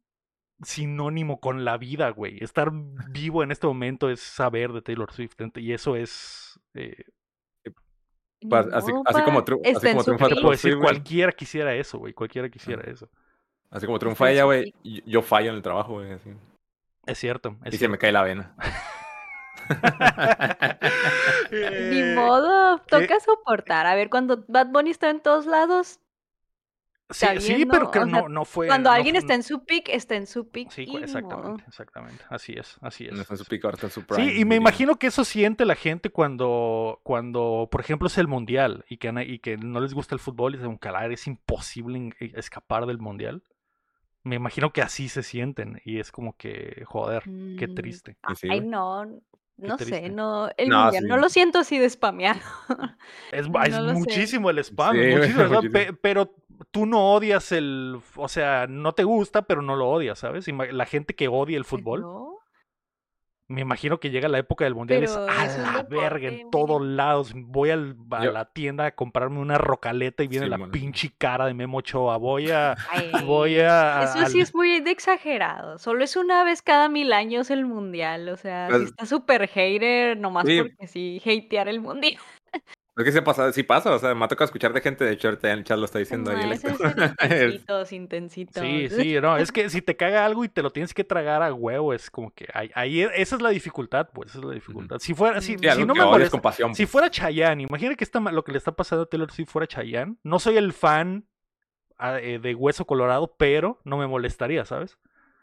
[SPEAKER 1] sinónimo con la vida, güey. Estar vivo en este momento es saber de Taylor Swift. ent- Y eso es. eh,
[SPEAKER 2] Ni
[SPEAKER 3] Pues, así-
[SPEAKER 2] modo,
[SPEAKER 3] así como
[SPEAKER 2] pa,
[SPEAKER 3] triun- así
[SPEAKER 2] está en
[SPEAKER 3] como
[SPEAKER 2] su
[SPEAKER 3] triunfa
[SPEAKER 1] ¿Qué te
[SPEAKER 2] pick.
[SPEAKER 1] puedo
[SPEAKER 3] Taylor
[SPEAKER 1] decir?
[SPEAKER 3] Swift, güey. Ah.
[SPEAKER 1] Cualquiera quisiera eso, güey. Cualquiera quisiera eso.
[SPEAKER 3] Así como triunfa
[SPEAKER 2] en
[SPEAKER 3] ella,
[SPEAKER 2] su
[SPEAKER 3] güey, yo, yo fallo en el trabajo, güey. así.
[SPEAKER 1] Es cierto.
[SPEAKER 3] Y
[SPEAKER 1] Es
[SPEAKER 3] se
[SPEAKER 1] cierto.
[SPEAKER 3] me cae la vena.
[SPEAKER 2] Ni
[SPEAKER 1] Eh,
[SPEAKER 2] modo,
[SPEAKER 1] ¿qué?
[SPEAKER 2] toca soportar. A ver, cuando Bad Bunny está en todos lados,
[SPEAKER 1] Sí,
[SPEAKER 2] Está
[SPEAKER 1] sí,
[SPEAKER 2] bien,
[SPEAKER 1] pero
[SPEAKER 2] ¿no?
[SPEAKER 1] creo
[SPEAKER 2] O
[SPEAKER 1] no,
[SPEAKER 2] sea,
[SPEAKER 1] no fue.
[SPEAKER 2] Cuando
[SPEAKER 1] no
[SPEAKER 2] alguien
[SPEAKER 1] fue-
[SPEAKER 2] está en su pick, está en su pick.
[SPEAKER 1] Sí,
[SPEAKER 2] y ni
[SPEAKER 1] exactamente,
[SPEAKER 2] modo.
[SPEAKER 1] exactamente. Así es, así es.
[SPEAKER 3] No está en su pico, ahora está en su prime.
[SPEAKER 1] Sí, y me
[SPEAKER 3] diría.
[SPEAKER 1] imagino que eso siente la gente cuando, cuando por ejemplo, es el mundial y que, ana- y que no les gusta el fútbol y dicen, calar, es imposible en- eh, escapar del mundial. Me imagino que así se sienten y es como que, joder, qué
[SPEAKER 2] Mm,
[SPEAKER 1] triste.
[SPEAKER 3] Y sí,
[SPEAKER 2] Ay,
[SPEAKER 3] güey.
[SPEAKER 2] no. No sé,
[SPEAKER 1] triste.
[SPEAKER 2] no, el
[SPEAKER 3] No,
[SPEAKER 2] mundial
[SPEAKER 3] sí.
[SPEAKER 2] no lo siento así de spameado.
[SPEAKER 1] Es,
[SPEAKER 2] Mm, No
[SPEAKER 1] es
[SPEAKER 2] lo sé.
[SPEAKER 1] muchísimo el spam,
[SPEAKER 3] Sí, güey,
[SPEAKER 1] muchísimo, ¿verdad?
[SPEAKER 3] muchísimo.
[SPEAKER 1] Pe- pero tú no odias el, o sea, no te gusta, pero no lo odias, ¿sabes? Ima- La gente que odia el fútbol.
[SPEAKER 2] No,
[SPEAKER 1] Me imagino que llega la época del mundial y es
[SPEAKER 2] Pero
[SPEAKER 1] a
[SPEAKER 2] es un
[SPEAKER 1] la verga
[SPEAKER 2] deporte,
[SPEAKER 1] en todos lados. Voy al- a
[SPEAKER 3] Yo-
[SPEAKER 1] la tienda a comprarme una rocaleta y viene la
[SPEAKER 3] Simón.
[SPEAKER 1] pinche cara de Memo Ochoa. Voy a.
[SPEAKER 2] ay,
[SPEAKER 1] Voy a.
[SPEAKER 2] Eso sí
[SPEAKER 1] al-
[SPEAKER 2] es muy de exagerado. Solo es una vez cada mil años el mundial. O sea, si
[SPEAKER 3] Pues-
[SPEAKER 2] está súper hater, nomás
[SPEAKER 3] Sí.
[SPEAKER 2] porque sí, hatear el mundial.
[SPEAKER 3] Es que se pasa, sí pasa, o sea, me ha tocado escuchar de gente, de hecho ahorita en el chat lo está diciendo ahí el
[SPEAKER 2] Ah, ese es
[SPEAKER 3] Héctor.
[SPEAKER 2] el intensitos, intensitos.
[SPEAKER 1] Sí, sí, no, es que si te caga algo y te lo tienes que tragar a huevo, es como que ahí, ahí e- esa es la dificultad, pues, esa es la dificultad. Si fuera, si,
[SPEAKER 2] Sí,
[SPEAKER 1] si
[SPEAKER 3] algo
[SPEAKER 1] no
[SPEAKER 3] que
[SPEAKER 1] me
[SPEAKER 3] odias
[SPEAKER 1] molesta,
[SPEAKER 3] con pasión.
[SPEAKER 1] si fuera Chayanne, imagina que está, lo que le está pasando a Taylor Swift fuera Chayanne. No soy el fan ah, eh, de Hueso Colorado, pero no me molestaría, ¿sabes?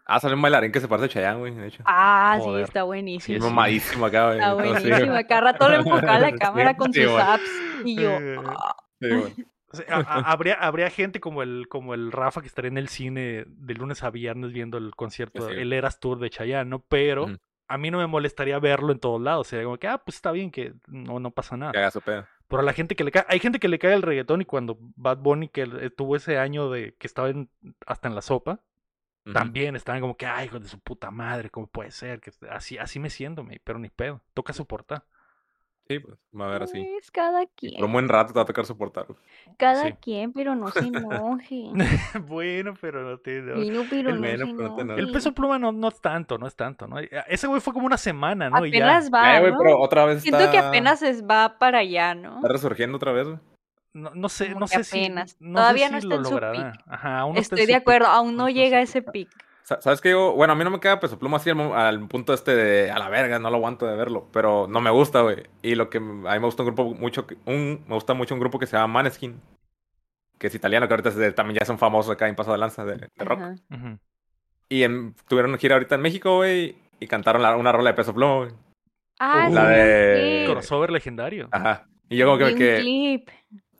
[SPEAKER 3] Ah, sale un bailarín que se parece a Chayanne, güey, de hecho.
[SPEAKER 2] Ah, sí,
[SPEAKER 1] Joder.
[SPEAKER 2] está
[SPEAKER 3] Sí,
[SPEAKER 2] buenísimo.
[SPEAKER 3] mamadísimo acá, güey.
[SPEAKER 2] Está
[SPEAKER 3] entonces, sí,
[SPEAKER 2] Ah, buenísimo. Acá rato le enfocaba la
[SPEAKER 3] Sí,
[SPEAKER 2] cámara con
[SPEAKER 3] sí,
[SPEAKER 2] sus
[SPEAKER 3] bueno.
[SPEAKER 2] apps y yo.
[SPEAKER 1] Eh,
[SPEAKER 2] ah,
[SPEAKER 3] sí, güey.
[SPEAKER 1] O sea, a- a- habría, habría gente como el, como el Rafa que estaría en el cine de lunes a viernes viendo el concierto,
[SPEAKER 3] Sí.
[SPEAKER 1] el Eras Tour de Chayanne, ¿no? Pero
[SPEAKER 3] Ujú.
[SPEAKER 1] a mí no me molestaría verlo en todos lados. Sería como que, ah, pues está bien que no, no pasa
[SPEAKER 3] Que
[SPEAKER 1] nada.
[SPEAKER 3] haga su pedo.
[SPEAKER 1] Pero a la gente que le cae, hay gente que le cae el reggaetón y cuando Bad Bunny que eh, tuvo ese año de que estaba en- hasta en la sopa,
[SPEAKER 3] Ujú.
[SPEAKER 1] también estaban como que, ay, hijo de su puta madre, ¿cómo puede ser? Que así, así me siento, me- pero ni pedo. Toca soportar.
[SPEAKER 3] Sí, pues, va a ver así.
[SPEAKER 2] Pues cada
[SPEAKER 3] Por un
[SPEAKER 2] quien,
[SPEAKER 3] buen rato te va a tocar soportar. güey.
[SPEAKER 2] cada
[SPEAKER 1] sí.
[SPEAKER 2] quien, pero no se enoje.
[SPEAKER 1] bueno, pero no tiene.
[SPEAKER 2] Vino, pero
[SPEAKER 3] El
[SPEAKER 2] no
[SPEAKER 3] bueno,
[SPEAKER 2] se
[SPEAKER 3] pero no
[SPEAKER 2] enoje.
[SPEAKER 3] te enojes.
[SPEAKER 1] El peso pluma no, no es tanto, no es tanto, ¿no? Ese güey fue como una semana, ¿no? Y ya.
[SPEAKER 2] Apenas va.
[SPEAKER 3] Eh, güey,
[SPEAKER 2] Ah, ¿no?
[SPEAKER 3] pero otra vez
[SPEAKER 2] Siento
[SPEAKER 3] está-
[SPEAKER 2] que apenas es va para allá, ¿no?
[SPEAKER 3] Está resurgiendo otra vez, güey.
[SPEAKER 1] No, no sé,
[SPEAKER 2] como
[SPEAKER 1] no
[SPEAKER 2] que
[SPEAKER 1] sé si.
[SPEAKER 2] apenas.
[SPEAKER 1] no sé
[SPEAKER 2] Todavía
[SPEAKER 1] si
[SPEAKER 2] no está
[SPEAKER 1] lo
[SPEAKER 2] en su
[SPEAKER 1] logrará.
[SPEAKER 2] peak.
[SPEAKER 1] Ajá, aún no está en
[SPEAKER 2] Estoy de
[SPEAKER 1] su peak.
[SPEAKER 2] acuerdo, aún no
[SPEAKER 1] Entonces,
[SPEAKER 2] llega a
[SPEAKER 1] sí.
[SPEAKER 2] ese pic.
[SPEAKER 3] Sa- ¿Sabes qué? Yo, bueno, a mí no me queda peso pluma así al, mo- al punto este de a la verga, no lo aguanto de verlo, pero no me gusta, güey. Y lo que m- a mí me gusta un grupo mucho, que- un, me gusta mucho un grupo que se llama Maneskin, que es italiano, que ahorita se- también ya son famosos acá en Paso de Lanza de, de rock.
[SPEAKER 2] Ajá.
[SPEAKER 1] Ujú.
[SPEAKER 3] Y en- tuvieron una gira ahorita en México, güey, y cantaron la- una rola de peso pluma, güey.
[SPEAKER 2] Ah,
[SPEAKER 1] Uh,
[SPEAKER 2] sí,
[SPEAKER 1] la
[SPEAKER 3] de-
[SPEAKER 2] sí. Ah.
[SPEAKER 1] Crossover legendario.
[SPEAKER 3] Ajá. Y yo como que
[SPEAKER 2] Vi
[SPEAKER 3] me
[SPEAKER 2] un
[SPEAKER 3] quedé,
[SPEAKER 2] clip.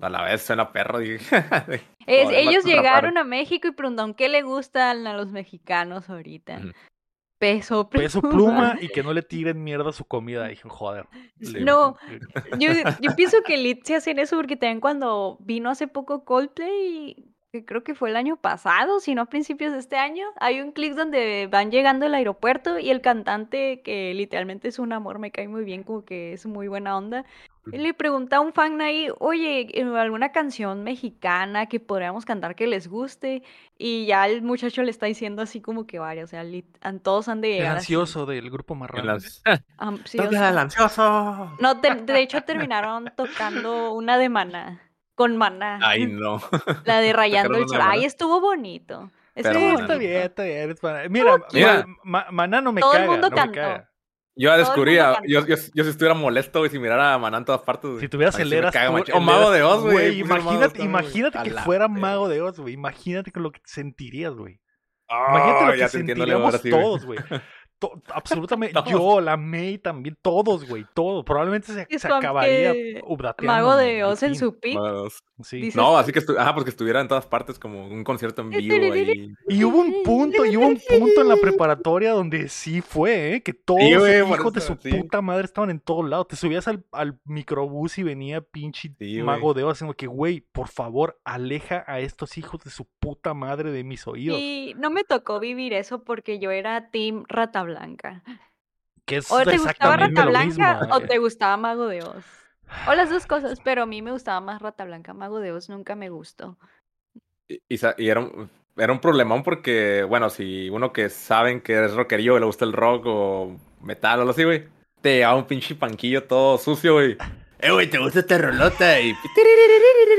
[SPEAKER 3] a la vez suena perro, dije.
[SPEAKER 2] Es-
[SPEAKER 3] Joder,
[SPEAKER 2] ellos
[SPEAKER 3] vato, rapar.
[SPEAKER 2] llegaron a México y preguntaron qué le gustan a los mexicanos ahorita.
[SPEAKER 3] Ujú.
[SPEAKER 2] Peso pluma.
[SPEAKER 1] Peso pluma y que no le tiren mierda a su comida. Dije, joder. le-
[SPEAKER 2] No, yo, yo pienso que Lit se hacen eso porque también cuando vino hace poco Coldplay, que creo que fue el año pasado, si no a principios de este año, hay un clip donde van llegando al aeropuerto y el cantante, que literalmente es un amor, me cae muy bien, como que es muy buena onda, y le pregunta a un fan ahí, oye, eh, ¿alguna canción mexicana que podríamos cantar que les guste? Y ya el muchacho le está diciendo así como que varias, o sea, lit- an- todos han de
[SPEAKER 1] El
[SPEAKER 2] llegar. así,
[SPEAKER 1] ansioso del grupo
[SPEAKER 3] El
[SPEAKER 1] marrano.
[SPEAKER 3] ans-
[SPEAKER 2] am- sí,
[SPEAKER 3] ¡No
[SPEAKER 2] o
[SPEAKER 3] te
[SPEAKER 2] sea.
[SPEAKER 3] hagas el ansioso!
[SPEAKER 2] No, te- de hecho terminaron tocando una de Maná, con Maná,
[SPEAKER 3] Ay, no.
[SPEAKER 2] la de Rayando el
[SPEAKER 3] una de
[SPEAKER 2] Sol.
[SPEAKER 3] Maná.
[SPEAKER 2] Ay, estuvo bonito.
[SPEAKER 1] Sí,
[SPEAKER 2] Estuvo
[SPEAKER 3] Pero bueno.
[SPEAKER 1] está
[SPEAKER 2] bonito.
[SPEAKER 1] bien, está bien. es para- Mira,
[SPEAKER 3] Mira.
[SPEAKER 1] Ma- Ma- Maná no me
[SPEAKER 2] Todo el
[SPEAKER 1] caga.
[SPEAKER 2] mundo
[SPEAKER 1] no me
[SPEAKER 2] cantó.
[SPEAKER 1] caga.
[SPEAKER 3] Yo
[SPEAKER 2] Todo
[SPEAKER 3] ya
[SPEAKER 2] el mundo
[SPEAKER 3] descubrí, a-
[SPEAKER 2] canta.
[SPEAKER 3] yo, yo, yo si estuviera molesto, güey, si mirara a Maná en todas partes, güey.
[SPEAKER 1] Si tuvieras
[SPEAKER 3] Ay, sí
[SPEAKER 1] el
[SPEAKER 3] me
[SPEAKER 1] Eras
[SPEAKER 3] caga
[SPEAKER 1] Tour-
[SPEAKER 3] macho. O
[SPEAKER 1] el
[SPEAKER 3] Mago
[SPEAKER 1] Eras-
[SPEAKER 3] de Oz,
[SPEAKER 1] güey.
[SPEAKER 3] güey. puse el Mago de Oz
[SPEAKER 1] Imagínate,
[SPEAKER 3] también, güey.
[SPEAKER 1] imagínate
[SPEAKER 3] A
[SPEAKER 1] que
[SPEAKER 3] la
[SPEAKER 1] fuera
[SPEAKER 3] verga.
[SPEAKER 1] mago de Oz, güey. Imagínate con lo que te sentirías, güey.
[SPEAKER 3] Ah,
[SPEAKER 1] Imagínate lo que
[SPEAKER 3] ya te entiendo, Leo,
[SPEAKER 1] sentiríamos
[SPEAKER 3] ahora sí, güey.
[SPEAKER 1] todos, güey. To- absolutamente.
[SPEAKER 3] Todos.
[SPEAKER 1] Yo, la May también, todos, güey, todos. Probablemente se,
[SPEAKER 2] Es
[SPEAKER 1] se
[SPEAKER 2] fam-
[SPEAKER 1] acabaría
[SPEAKER 2] que
[SPEAKER 1] updateando.
[SPEAKER 2] Mago de Oz en su pic.
[SPEAKER 3] Mago de Oz.
[SPEAKER 1] Sí.
[SPEAKER 2] dice-
[SPEAKER 3] No, así que, estu- ajá, porque estuviera en todas partes como un concierto en vivo ahí.
[SPEAKER 1] Y hubo un punto, y hubo un punto en la preparatoria donde sí fue, ¿eh? Que todos
[SPEAKER 3] Sí,
[SPEAKER 1] los
[SPEAKER 3] güey, por
[SPEAKER 1] hijos de
[SPEAKER 3] eso,
[SPEAKER 1] su
[SPEAKER 3] sí.
[SPEAKER 1] puta madre estaban en todos lados. Te subías al, al microbús y venía pinche
[SPEAKER 3] Sí,
[SPEAKER 1] mago de Oz haciendo que, güey, por favor, aleja a estos hijos de su puta madre de mis oídos.
[SPEAKER 2] Y no me tocó vivir eso porque yo era Team Rata Blanca.
[SPEAKER 1] Que es
[SPEAKER 3] Pues
[SPEAKER 2] O te gustaba
[SPEAKER 1] exactamente
[SPEAKER 2] Rata
[SPEAKER 1] lo
[SPEAKER 2] Blanca
[SPEAKER 1] mismo.
[SPEAKER 2] o
[SPEAKER 1] eh.
[SPEAKER 2] te gustaba Mago de Oz. O las dos cosas, pero a mí me gustaba más Rata Blanca. Mago de Oz nunca me gustó.
[SPEAKER 3] Y, y sa- y era, un, era un problemón porque, bueno, si uno que saben que es rockerillo, le gusta el rock o metal o algo así, güey, te llevaba un pinche panquillo todo sucio, güey. eh, güey, ¿te gusta esta rolota? Y,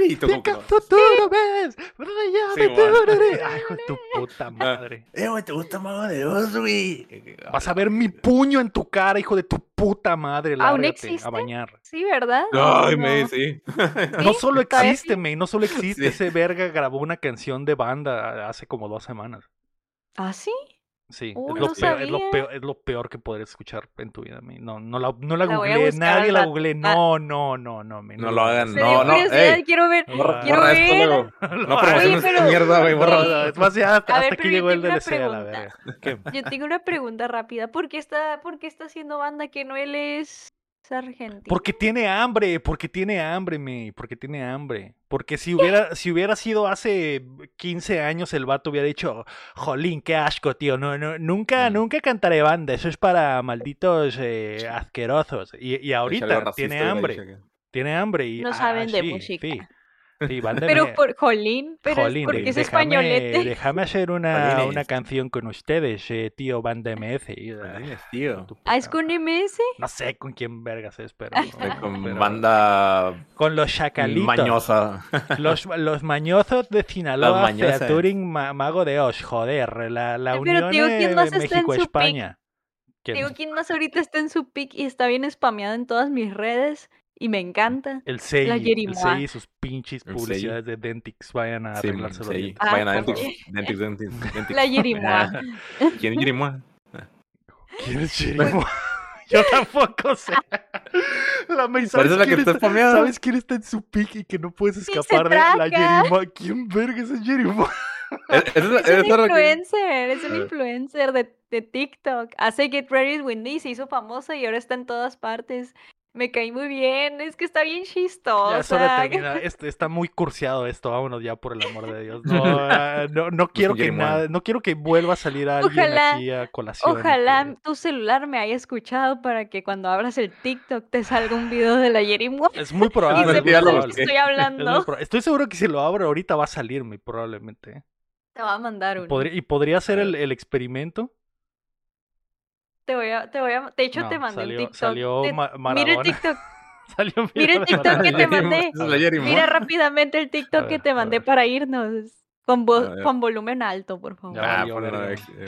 [SPEAKER 3] y tú como que no.
[SPEAKER 1] tú lo ves, brillame, tú
[SPEAKER 3] Sí, bueno.
[SPEAKER 1] lo ves. Ay, hijo de tu
[SPEAKER 2] Ah.
[SPEAKER 1] puta madre.
[SPEAKER 3] Eh, güey, ¿te gusta Mago de Oz, güey? Eh,
[SPEAKER 1] Vas a ver mi puño en tu cara, hijo de tu puta madre.
[SPEAKER 2] ¿Aún
[SPEAKER 1] Lárgate
[SPEAKER 2] existe?
[SPEAKER 1] a bañar.
[SPEAKER 2] Sí, ¿verdad?
[SPEAKER 3] Ay,
[SPEAKER 2] No.
[SPEAKER 3] me sí.
[SPEAKER 1] No
[SPEAKER 2] Sí,
[SPEAKER 1] solo
[SPEAKER 2] todavía
[SPEAKER 1] existe,
[SPEAKER 2] sí.
[SPEAKER 1] me, no solo existe.
[SPEAKER 3] Sí.
[SPEAKER 1] Ese verga grabó una canción de banda hace como dos semanas.
[SPEAKER 2] ¿Ah, sí?
[SPEAKER 1] Sí,
[SPEAKER 2] Oh,
[SPEAKER 1] es,
[SPEAKER 3] no
[SPEAKER 1] lo peor, es, lo
[SPEAKER 2] sabía.
[SPEAKER 1] peor, es lo peor que poder escuchar en tu vida. mi. No, no la, no la
[SPEAKER 2] La voy a
[SPEAKER 1] googleé,
[SPEAKER 2] buscar
[SPEAKER 1] nadie
[SPEAKER 2] al
[SPEAKER 1] la
[SPEAKER 2] rato.
[SPEAKER 1] googleé. No, no, no, no. mi,
[SPEAKER 3] No
[SPEAKER 1] lo
[SPEAKER 3] lo
[SPEAKER 1] hagas.
[SPEAKER 3] hagan,
[SPEAKER 2] Me
[SPEAKER 3] no,
[SPEAKER 2] dio
[SPEAKER 3] no,
[SPEAKER 2] curiosidad,
[SPEAKER 3] ey.
[SPEAKER 2] quiero ver.
[SPEAKER 3] Borra,
[SPEAKER 2] Quiero
[SPEAKER 3] borra esto
[SPEAKER 2] ver.
[SPEAKER 3] luego.
[SPEAKER 1] No,
[SPEAKER 3] No aparecemos
[SPEAKER 2] Oye,
[SPEAKER 3] esta
[SPEAKER 2] pero-
[SPEAKER 3] mierda, güey, borra.
[SPEAKER 2] Oye,
[SPEAKER 1] Es más, ya hasta,
[SPEAKER 2] A ver,
[SPEAKER 1] hasta aquí
[SPEAKER 2] pero yo
[SPEAKER 1] llegó el
[SPEAKER 2] tengo una
[SPEAKER 1] DLC a la
[SPEAKER 2] pregunta.
[SPEAKER 1] verga.
[SPEAKER 2] Yo tengo una pregunta rápida. ¿Por qué está, por qué está haciendo banda que no él es argentino?
[SPEAKER 1] Porque tiene hambre, porque tiene hambre, mi, porque tiene hambre. Porque si hubiera, si hubiera sido hace 15 años, el vato hubiera dicho, jolín, qué asco, tío. No, no, nunca,
[SPEAKER 3] Mm.
[SPEAKER 1] nunca cantaré banda, eso es para malditos eh, asquerosos. Y, y
[SPEAKER 3] Échale
[SPEAKER 1] ahorita
[SPEAKER 3] racista
[SPEAKER 1] tiene
[SPEAKER 3] de la
[SPEAKER 1] hambre,
[SPEAKER 3] Isha, que-
[SPEAKER 1] tiene hambre y
[SPEAKER 2] No
[SPEAKER 1] ah,
[SPEAKER 2] saben de
[SPEAKER 1] sí,
[SPEAKER 2] música.
[SPEAKER 1] Sí, sí, banda
[SPEAKER 2] Pero
[SPEAKER 1] mía.
[SPEAKER 2] por Jolín, pero es
[SPEAKER 1] Jolín,
[SPEAKER 2] porque
[SPEAKER 1] de-
[SPEAKER 2] es
[SPEAKER 1] déjame-
[SPEAKER 2] españolete.
[SPEAKER 1] Déjame hacer una,
[SPEAKER 3] Jolines.
[SPEAKER 1] una canción con ustedes, eh, tío, banda MS. Y-
[SPEAKER 3] Jolines, tío.
[SPEAKER 1] Tu puta
[SPEAKER 2] Ah, es con Ah. MS.
[SPEAKER 1] no sé con quién vergas es, pero.
[SPEAKER 3] Este, Con
[SPEAKER 1] pero-
[SPEAKER 3] banda
[SPEAKER 1] Con los chacalitos.
[SPEAKER 3] mañosa.
[SPEAKER 1] Los, los mañozos de
[SPEAKER 3] Los
[SPEAKER 1] Sinaloa,
[SPEAKER 3] mañozas.
[SPEAKER 1] Featuring Ma- Mago de Oz, joder. La, la
[SPEAKER 2] Pero,
[SPEAKER 1] unión
[SPEAKER 2] tío, ¿quién más
[SPEAKER 1] de
[SPEAKER 2] está en su pick?
[SPEAKER 1] México-España. ¿Quién?
[SPEAKER 2] Digo, ¿quién más ahorita está en su pick y está bien spameado en todas mis redes? Y me encanta.
[SPEAKER 1] El Sei,
[SPEAKER 2] La
[SPEAKER 1] el
[SPEAKER 2] Yerimoa.
[SPEAKER 1] Sei y sus pinches
[SPEAKER 3] El
[SPEAKER 1] publicidades de Dentix. Vayan a
[SPEAKER 3] Sí,
[SPEAKER 1] arreglarse los
[SPEAKER 3] sí.
[SPEAKER 1] dientes.
[SPEAKER 2] Ah,
[SPEAKER 3] Vayan a
[SPEAKER 2] ¿por
[SPEAKER 3] Dentix.
[SPEAKER 2] qué?
[SPEAKER 3] Dentix, Dentix, Dentix.
[SPEAKER 2] La
[SPEAKER 1] Ah,
[SPEAKER 2] Yerimoa.
[SPEAKER 3] ¿Quién es Yerimoa?
[SPEAKER 1] ¿Quién es Yerimoa? Yo tampoco sé. La May,
[SPEAKER 3] Por eso es la que
[SPEAKER 1] quién
[SPEAKER 3] está
[SPEAKER 1] está-
[SPEAKER 3] spameada.
[SPEAKER 1] ¿Sabes quién está en su pick y que no puedes
[SPEAKER 2] se
[SPEAKER 1] escapar de la
[SPEAKER 2] traga.
[SPEAKER 1] Yerimoa? ¿Quién vergas es Yerimoa?
[SPEAKER 3] Es- E-,
[SPEAKER 2] Es
[SPEAKER 3] es-
[SPEAKER 2] un
[SPEAKER 3] es lo que-
[SPEAKER 2] influencer, es un
[SPEAKER 3] Eh.
[SPEAKER 2] influencer de, de TikTok. Hace Get Ready With Me, se hizo famosa y ahora está en todas partes. Me caí muy bien, es que está bien
[SPEAKER 1] Ya, eso de
[SPEAKER 2] chistosa.
[SPEAKER 1] terminar, este, está muy cursiado esto, vámonos ya por el amor de Dios. No, ah, no, no quiero que
[SPEAKER 3] Guillermo.
[SPEAKER 1] nada, no quiero que vuelva a salir alguien
[SPEAKER 2] Ojalá-
[SPEAKER 1] aquí a colación. Eh,
[SPEAKER 2] Ojalá
[SPEAKER 1] porque
[SPEAKER 2] tu celular me haya escuchado para que cuando abras el TikTok te salga un video de la Yerimua
[SPEAKER 1] Es muy
[SPEAKER 2] y
[SPEAKER 1] probable.
[SPEAKER 3] me
[SPEAKER 1] es
[SPEAKER 2] sepas
[SPEAKER 1] muy
[SPEAKER 3] pida lo
[SPEAKER 2] de
[SPEAKER 1] probable,
[SPEAKER 2] qué
[SPEAKER 3] que-
[SPEAKER 2] estoy
[SPEAKER 1] es muy
[SPEAKER 2] hablando.
[SPEAKER 1] proba- Estoy seguro que si lo abro ahorita va a salir, muy probablemente. ¿eh?
[SPEAKER 2] Te va a mandar uno.
[SPEAKER 1] Podría- y podría ser el, el experimento.
[SPEAKER 2] Te voy a, te voy a, de hecho
[SPEAKER 1] No,
[SPEAKER 2] te mandé
[SPEAKER 1] salió-
[SPEAKER 2] un TikTok.
[SPEAKER 1] salió
[SPEAKER 2] Te-
[SPEAKER 1] Ma-
[SPEAKER 2] mira el
[SPEAKER 1] Maradona.
[SPEAKER 2] TikTok,
[SPEAKER 1] Salió
[SPEAKER 2] Mira el
[SPEAKER 1] mierda
[SPEAKER 2] TikTok
[SPEAKER 1] para
[SPEAKER 2] que te
[SPEAKER 1] Guillermo.
[SPEAKER 2] mandé.
[SPEAKER 3] Es la Yerimoa.
[SPEAKER 2] mira rápidamente el TikTok que
[SPEAKER 1] ver,
[SPEAKER 2] te
[SPEAKER 1] a
[SPEAKER 2] mandé
[SPEAKER 1] ver.
[SPEAKER 2] para irnos. Con, vo-
[SPEAKER 3] A ver.
[SPEAKER 2] con volumen alto, por favor.
[SPEAKER 1] Ya.
[SPEAKER 3] Ah,
[SPEAKER 1] valió,
[SPEAKER 3] ponlo,
[SPEAKER 1] verga.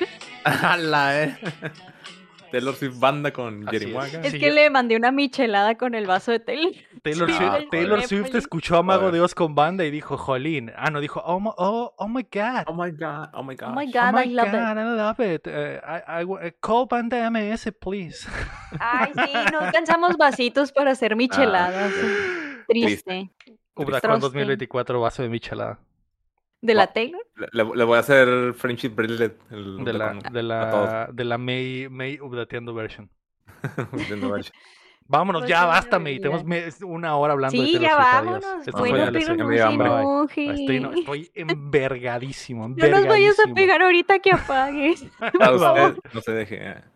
[SPEAKER 3] eh, Ala, eh. Taylor Swift banda con
[SPEAKER 1] Así es.
[SPEAKER 3] Jerry
[SPEAKER 1] Sí,
[SPEAKER 2] Es
[SPEAKER 1] yo-
[SPEAKER 2] que le mandé una michelada con el vaso de Taylor.
[SPEAKER 1] Taylor,
[SPEAKER 3] Sí,
[SPEAKER 1] Swift,
[SPEAKER 3] del
[SPEAKER 1] Taylor
[SPEAKER 2] Zeppelin.
[SPEAKER 1] Swift escuchó a Mago
[SPEAKER 3] Joder.
[SPEAKER 1] de Oz con banda y dijo, jolín. Ah, no, dijo, oh, my- oh, oh my God.
[SPEAKER 3] Oh my god, oh my god.
[SPEAKER 2] Oh my
[SPEAKER 1] Oh
[SPEAKER 2] god,
[SPEAKER 1] my
[SPEAKER 2] I love
[SPEAKER 1] God,
[SPEAKER 2] it.
[SPEAKER 1] I love it. Eh, I- I wa- call banda MS, please.
[SPEAKER 2] Ay, sí, no alcanzamos vasitos para
[SPEAKER 1] Ah,
[SPEAKER 2] hacer
[SPEAKER 3] Ah,
[SPEAKER 2] micheladas. Triste.
[SPEAKER 1] Ubracón
[SPEAKER 2] Frosting.
[SPEAKER 1] 2024, vaso de michelada.
[SPEAKER 2] ¿De
[SPEAKER 3] Wow.
[SPEAKER 2] la Taylor?
[SPEAKER 3] Le, le- le voy a hacer Friendship Bracelet. el-
[SPEAKER 1] De la, de
[SPEAKER 3] a
[SPEAKER 1] la,
[SPEAKER 3] todos.
[SPEAKER 1] de la May, May Updateando version.
[SPEAKER 3] de Nueva York.
[SPEAKER 1] Vámonos,
[SPEAKER 2] Pues
[SPEAKER 1] ya
[SPEAKER 2] ya,
[SPEAKER 1] basta, May.
[SPEAKER 2] ya.
[SPEAKER 1] Tenemos me- es una hora hablando de
[SPEAKER 2] Sí,
[SPEAKER 1] Taylor
[SPEAKER 2] ya
[SPEAKER 1] Swift, adiós.
[SPEAKER 2] vámonos.
[SPEAKER 1] Esto fue
[SPEAKER 3] ya
[SPEAKER 2] Bueno,
[SPEAKER 1] DLC.
[SPEAKER 2] pero
[SPEAKER 3] ya
[SPEAKER 2] no
[SPEAKER 3] me
[SPEAKER 2] se
[SPEAKER 3] dio hambre.
[SPEAKER 1] Estoy, no,
[SPEAKER 2] enoje.
[SPEAKER 1] estoy envergadísimo,
[SPEAKER 2] No nos vayas a
[SPEAKER 1] envergadísimo.
[SPEAKER 2] pegar ahorita que apagues.
[SPEAKER 3] A
[SPEAKER 1] favor.
[SPEAKER 3] usted, Ah, no se deje. eh.